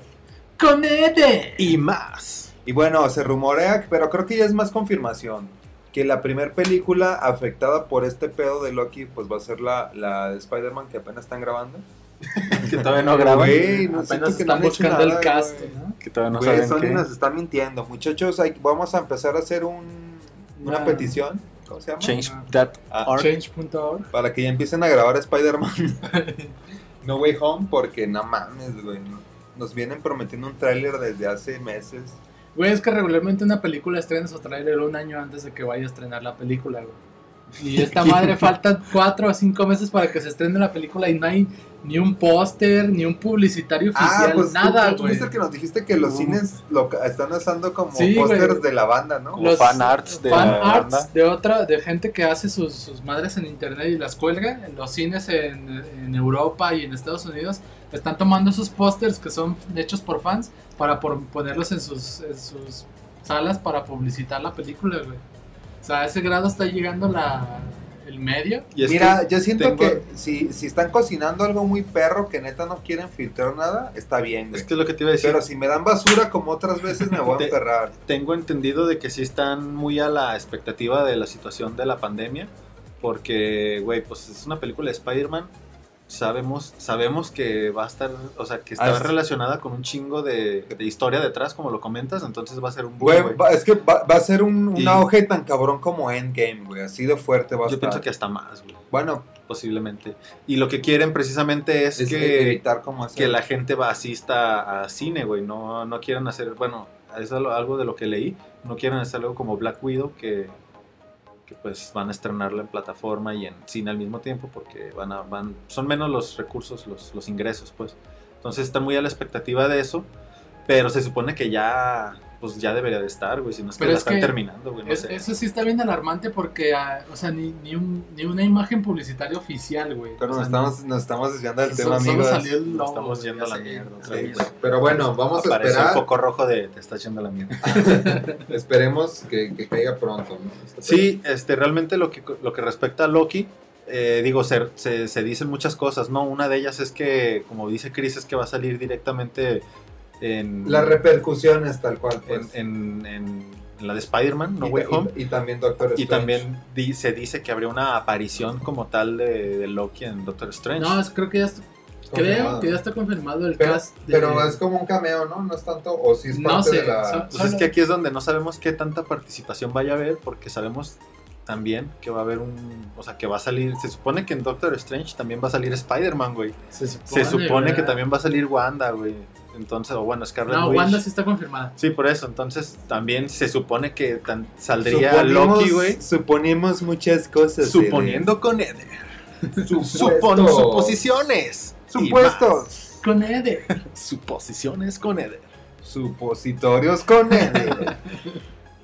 ¡Con Ede! Y más. Y bueno, se rumorea, pero creo que ya es más confirmación, que la primera película afectada por este pedo de Loki, pues va a ser la, la de Spider-Man que apenas están grabando. Que todavía no graban. Güey, no siento Apenas que no están han hecho buscando el nada, cast, güey. ¿no? Que todavía no Güey, saben Sony qué. nos está mintiendo. Muchachos, hay- vamos a empezar a hacer un- una Una- petición, ¿cómo se llama? Change that Ah, org. Change.org. Para que ya empiecen a grabar Spider-Man No Way Home, porque no mames, güey. no- Nos vienen prometiendo un tráiler desde hace meses. Güey, es que regularmente una película estrena su tráiler un año antes de que vaya a estrenar la película, güey. Y esta madre faltan cuatro o cinco meses para que se estrene la película y no hay ni un póster, ni un publicitario Ah, oficial, pues, tú- nada, tú, güey. fuiste el que nos dijiste que los No. cines loca- están usando como Sí, pósters güey. de la banda, ¿no? Como fan arts de fan Este, la arts banda. de otra, de gente que hace sus, sus madres en internet y las cuelga. Los cines en, en Europa y en Estados Unidos están tomando esos pósters que son hechos por fans para por- ponerlos en sus, en sus salas para publicitar la película, güey. O sea, a ese grado está llegando la, el medio. Y es Mira, que yo siento tengo- que si, si están cocinando algo muy perro que neta no quieren filtrar nada, está bien, güey. es que es lo que te iba a decir. Pero si me dan basura como otras veces me voy a Te- enterrar. Tengo entendido de que sí están muy a la expectativa de la situación de la pandemia. Porque, güey, pues es una película de Spider-Man. sabemos, sabemos que va a estar, o sea, que Ah, está es- relacionada con un chingo de, de historia detrás, como lo comentas, entonces va a ser un boom, Güey, güey. va- es que va, va a ser un, un Y- auge tan cabrón como Endgame, güey. Así de fuerte va a Yo estar. pienso que hasta más, güey, Bueno, posiblemente. Y lo que quieren precisamente es, es que que, evitar como ese... que la gente va asista a cine, güey, no, no quieren hacer, bueno, es algo algo de lo que leí, no quieren hacer algo como Black Widow que que, pues van a estrenarlo en plataforma y en cine al mismo tiempo porque van a, van, son menos los recursos, los, los ingresos, pues. Entonces está muy a la expectativa de eso, pero se supone que ya, pues ya debería de estar, güey, si no es que Pero la es están que terminando, güey, no Es- sé. eso sí está bien alarmante porque, ah, o sea, ni, ni, un- ni una imagen publicitaria oficial, güey. Pero O nos sea, estamos, nos estamos desviando del so- tema, solo amigos. salió el Nos logo, estamos güey, yendo a ya la sé. mierda otra Sí, vez. güey. Pero bueno, vamos a Aparece el esperar. foco rojo de te está yendo a la mierda. Esperemos que, que caiga pronto, ¿no? Este Sí, este, realmente lo que, lo que respecta a Loki, eh, digo, se, se- se dicen muchas cosas, ¿no? Una de ellas es que, como dice Chris, es que va a salir directamente en, Las repercusiones tal cual. en, Pues. en- en- en la de Spider-Man, No y, Way ta- y- Home. y también Doctor Y Strange. también di- se dice que habría una aparición como tal de, de Loki en Doctor Strange. No, es- creo que ya está, creo Confirmado. que ya está confirmado el Pero, cast. de- pero es como un cameo, ¿no? No es tanto. O si es No parte sé, de la. so- Pues es que aquí es donde no sabemos qué tanta participación vaya a haber, porque sabemos también que va a haber un. O sea, que va a salir. Se supone que en Doctor Strange también va a salir Spider-Man, güey. se supone, Se supone que ¿verdad? también va a salir Wanda, güey. Entonces, o bueno, Scarlet No, Witch. Wanda sí está confirmada. Sí, por eso. Entonces, también se supone que tan- saldría Suponimos- Loki, güey. Suponemos muchas cosas. Suponiendo con Eden. supon Supuestos. suposiciones. y Supuestos. Con Ede. más. Suposiciones con Eder. Supositorios con él.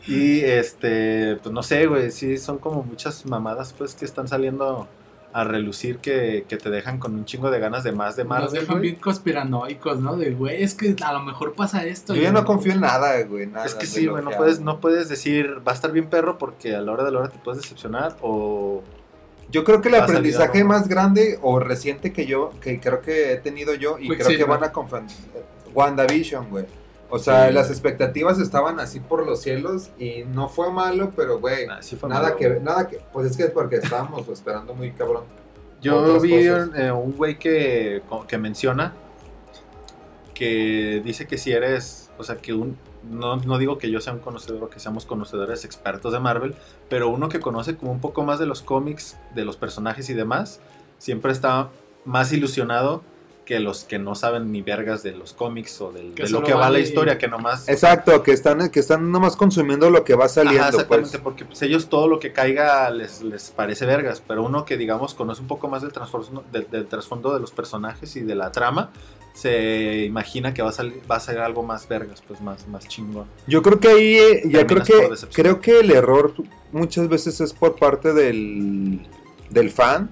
Y este, pues no sé, güey. Sí, son como muchas mamadas, pues, que están saliendo a relucir que, que te dejan con un chingo de ganas de más de Nos Marvel. dejan güey. bien conspiranoicos, ¿no? De, güey, es que a lo mejor pasa esto. Yo y- ya no confío en nada, güey. nada Es que de sí, lo güey, no que puedes, hago. no puedes decir va a estar bien perro porque a la hora de la hora te puedes decepcionar o Yo creo que el Va a salir aprendizaje algo. más grande o reciente que yo, que creo que he tenido yo Pues y creo que Quicksilver. van a confrontar WandaVision, güey. O sea, Sí. las expectativas estaban así por los cielos y no fue malo, pero güey, Nah, Ah, sí fue nada malo, que güey. nada que pues es que es porque estábamos güey, esperando muy cabrón. Yo otras vi cosas. eh, un güey que, que menciona que dice que si eres, o sea, que un, no, no digo que yo sea un conocedor o que seamos conocedores expertos de Marvel, pero uno que conoce como un poco más de los cómics, de los personajes y demás, siempre está más ilusionado que los que no saben ni vergas de los cómics o del- Que de lo solo que va van la y- historia, que nomás Exacto, que están que están nomás consumiendo lo que va Ajá, exactamente, porque pues, ellos todo lo que caiga les, les parece vergas, pero uno que digamos conoce un poco más del trasfondo, del, del trasfondo de los personajes y de la trama, se imagina que va a salir, va a ser algo más vergas, pues más, más chingón. Yo creo que ahí, eh, ya creo Terminas por que, decepción. creo que el error muchas veces es por parte del, del fan,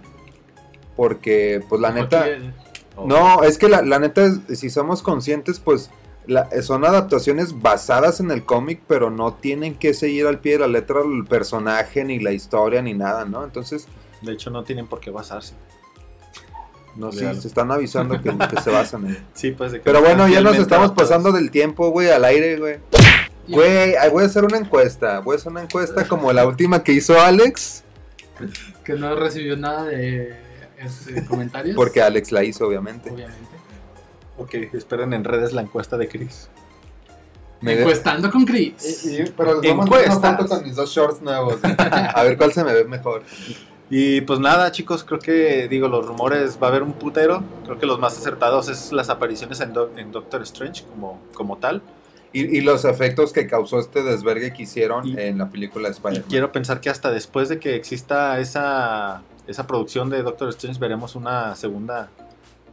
porque pues la neta, Porque- O- no, es que la, la neta, es- si somos conscientes, pues la- son adaptaciones basadas en el cómic, pero no tienen que seguir al pie de la letra el personaje, ni la historia, ni nada, ¿no? Entonces, De hecho, no tienen por qué basarse. no sé, Claro. se están avisando que, que se basan en él. Sí, pues de que Pero bueno, ya nos fielmente estamos adaptados. pasando del tiempo, güey, al aire, güey. Güey, ay, voy a hacer una encuesta. Voy a hacer una encuesta como la última que hizo Alex. Que no recibió nada de este, comentarios. Porque Alex la hizo, obviamente. Obviamente. Ok, esperen en redes la encuesta de Chris. Me- Encuestando con Chris. Y- y- pero les voy a mandar una Encuestas. foto con mis dos shorts nuevos. a ver cuál se me ve mejor. Y pues nada, chicos, creo que, digo, los rumores va a haber un putero. Creo que los más acertados es las apariciones en, Doc- en Doctor Strange como, como tal. Y, y los efectos que causó este desvergue que hicieron Y- en la película de Y Spider-Man. quiero pensar que hasta después de que exista esa, esa producción de Doctor Strange, veremos una segunda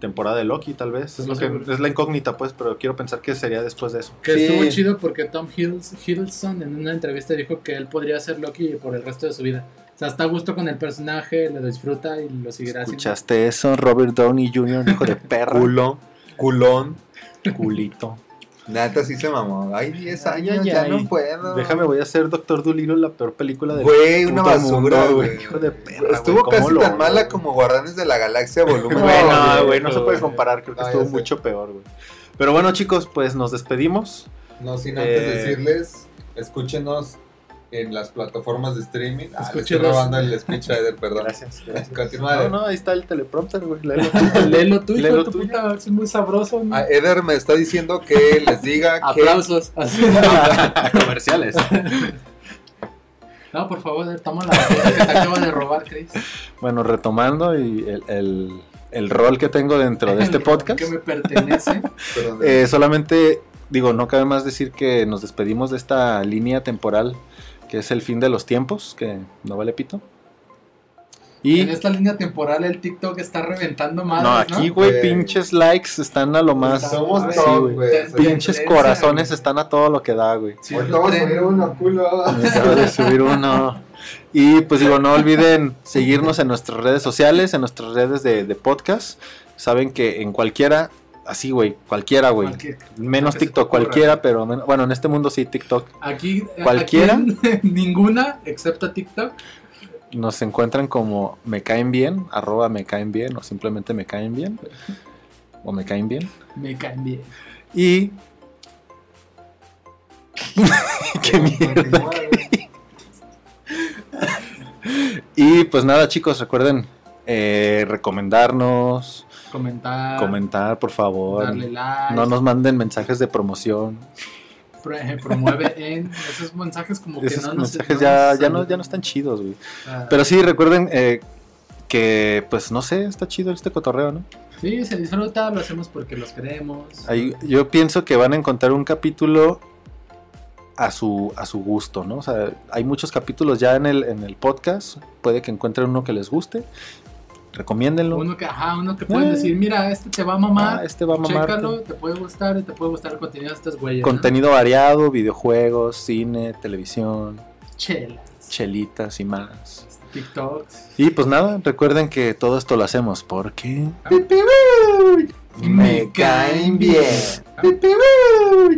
temporada de Loki, tal vez. Es, lo que, Seguro. es la incógnita, pues, pero quiero pensar que sería después de eso. Que Sí. estuvo chido porque Tom Hiddles- Hiddleston en una entrevista dijo que él podría ser Loki por el resto de su vida. O sea, está a gusto con el personaje, lo disfruta y lo seguirá haciendo. eso, Robert Downey Jr., hijo de perra? Culo, culón. culito. Neta, sí se mamó. Ay, 10 Ay, años, ay, ya ay. no puedo. Déjame, voy a hacer Doctor Dolittle la peor película del Güey, una puto basura, mundo, güey. Hijo de perra, güey, Estuvo ¿cómo casi lo tan odio, mala güey? como Guardianes de la Galaxia volumen. Güey, uno, no, güey. güey, no se puede güey. comparar, creo que No, ya estuvo sé. mucho peor, güey. Pero bueno, chicos, pues nos despedimos. No sin antes Eh. decirles, escúchenos en las plataformas de streaming. Ah, le Escuché estoy dos. robando el speech a Eder, perdón. Gracias. gracias. Continúa, No, Eder. no, ahí está el teleprompter, güey. léelo. eh. Léelo tú, hijo Léelo de tu tú. puta, a ver si es muy sabroso. ¿no? Ah, Eder me está diciendo que les diga que Aplausos. Así. Comerciales. No, por favor, toma la botella que te acaba de robar, Chris. Bueno, retomando y el, el- el rol que tengo dentro de este podcast. Que me pertenece. Perdón, Eder. Eh, solamente, digo, no cabe más decir que nos despedimos de esta línea temporal que es el fin de los tiempos, que no vale pito. Y En esta línea temporal el TikTok está reventando más. no, aquí, güey, pinches likes están a lo más. Somos así, top, güey. güey. Ten- Pinches corazones están a todo lo que da, güey. Sí, Ahorita lo vamos a creen. subir uno, culo. Me acabo de subir uno. Y pues digo, no olviden seguirnos en nuestras redes sociales, en nuestras redes de, de podcast. Saben que en cualquiera, así, güey, cualquiera, güey. Cualquier- Menos lo que se te TikTok, ocurra. cualquiera, pero men- bueno, en este mundo sí, TikTok. Aquí, eh, Cualquiera. aquí en- ninguna, excepto TikTok. Nos encuentran como me caen bien, arroba me caen bien, o simplemente me caen bien, o me caen bien. Me caen bien. Y... ¡Qué mierda! Continúa, güey. Y pues nada, chicos, recuerden eh, recomendarnos, Comentar. comentar, por favor. Ah. Darle like. No nos manden mensajes de promoción. pro- promueve en esos mensajes como que Esos no nos mensajes ya, ya, no, ya no están chidos, güey. Ah, Pero sí, recuerden eh, que, pues no sé, está chido este cotorreo, ¿no? Sí, se disfruta, lo hacemos porque los queremos. Ahí- yo pienso que van a encontrar un capítulo a su, a su gusto, ¿no? O sea, hay muchos capítulos ya en el, en el podcast. Puede que encuentren uno que les guste. Recomiéndenlo. Uno que, ajá, uno que pueden Eh. decir, mira, este te va a Ah, mamar, este va a mamar. chécalo, te puede gustar y te puede gustar el contenido de estas güeyes. ¿no? Contenido variado, videojuegos, cine, televisión, Chelas, chelitas y más. TikToks. Y pues nada, recuerden que todo esto lo hacemos porque... Me caen bien. Pipiú.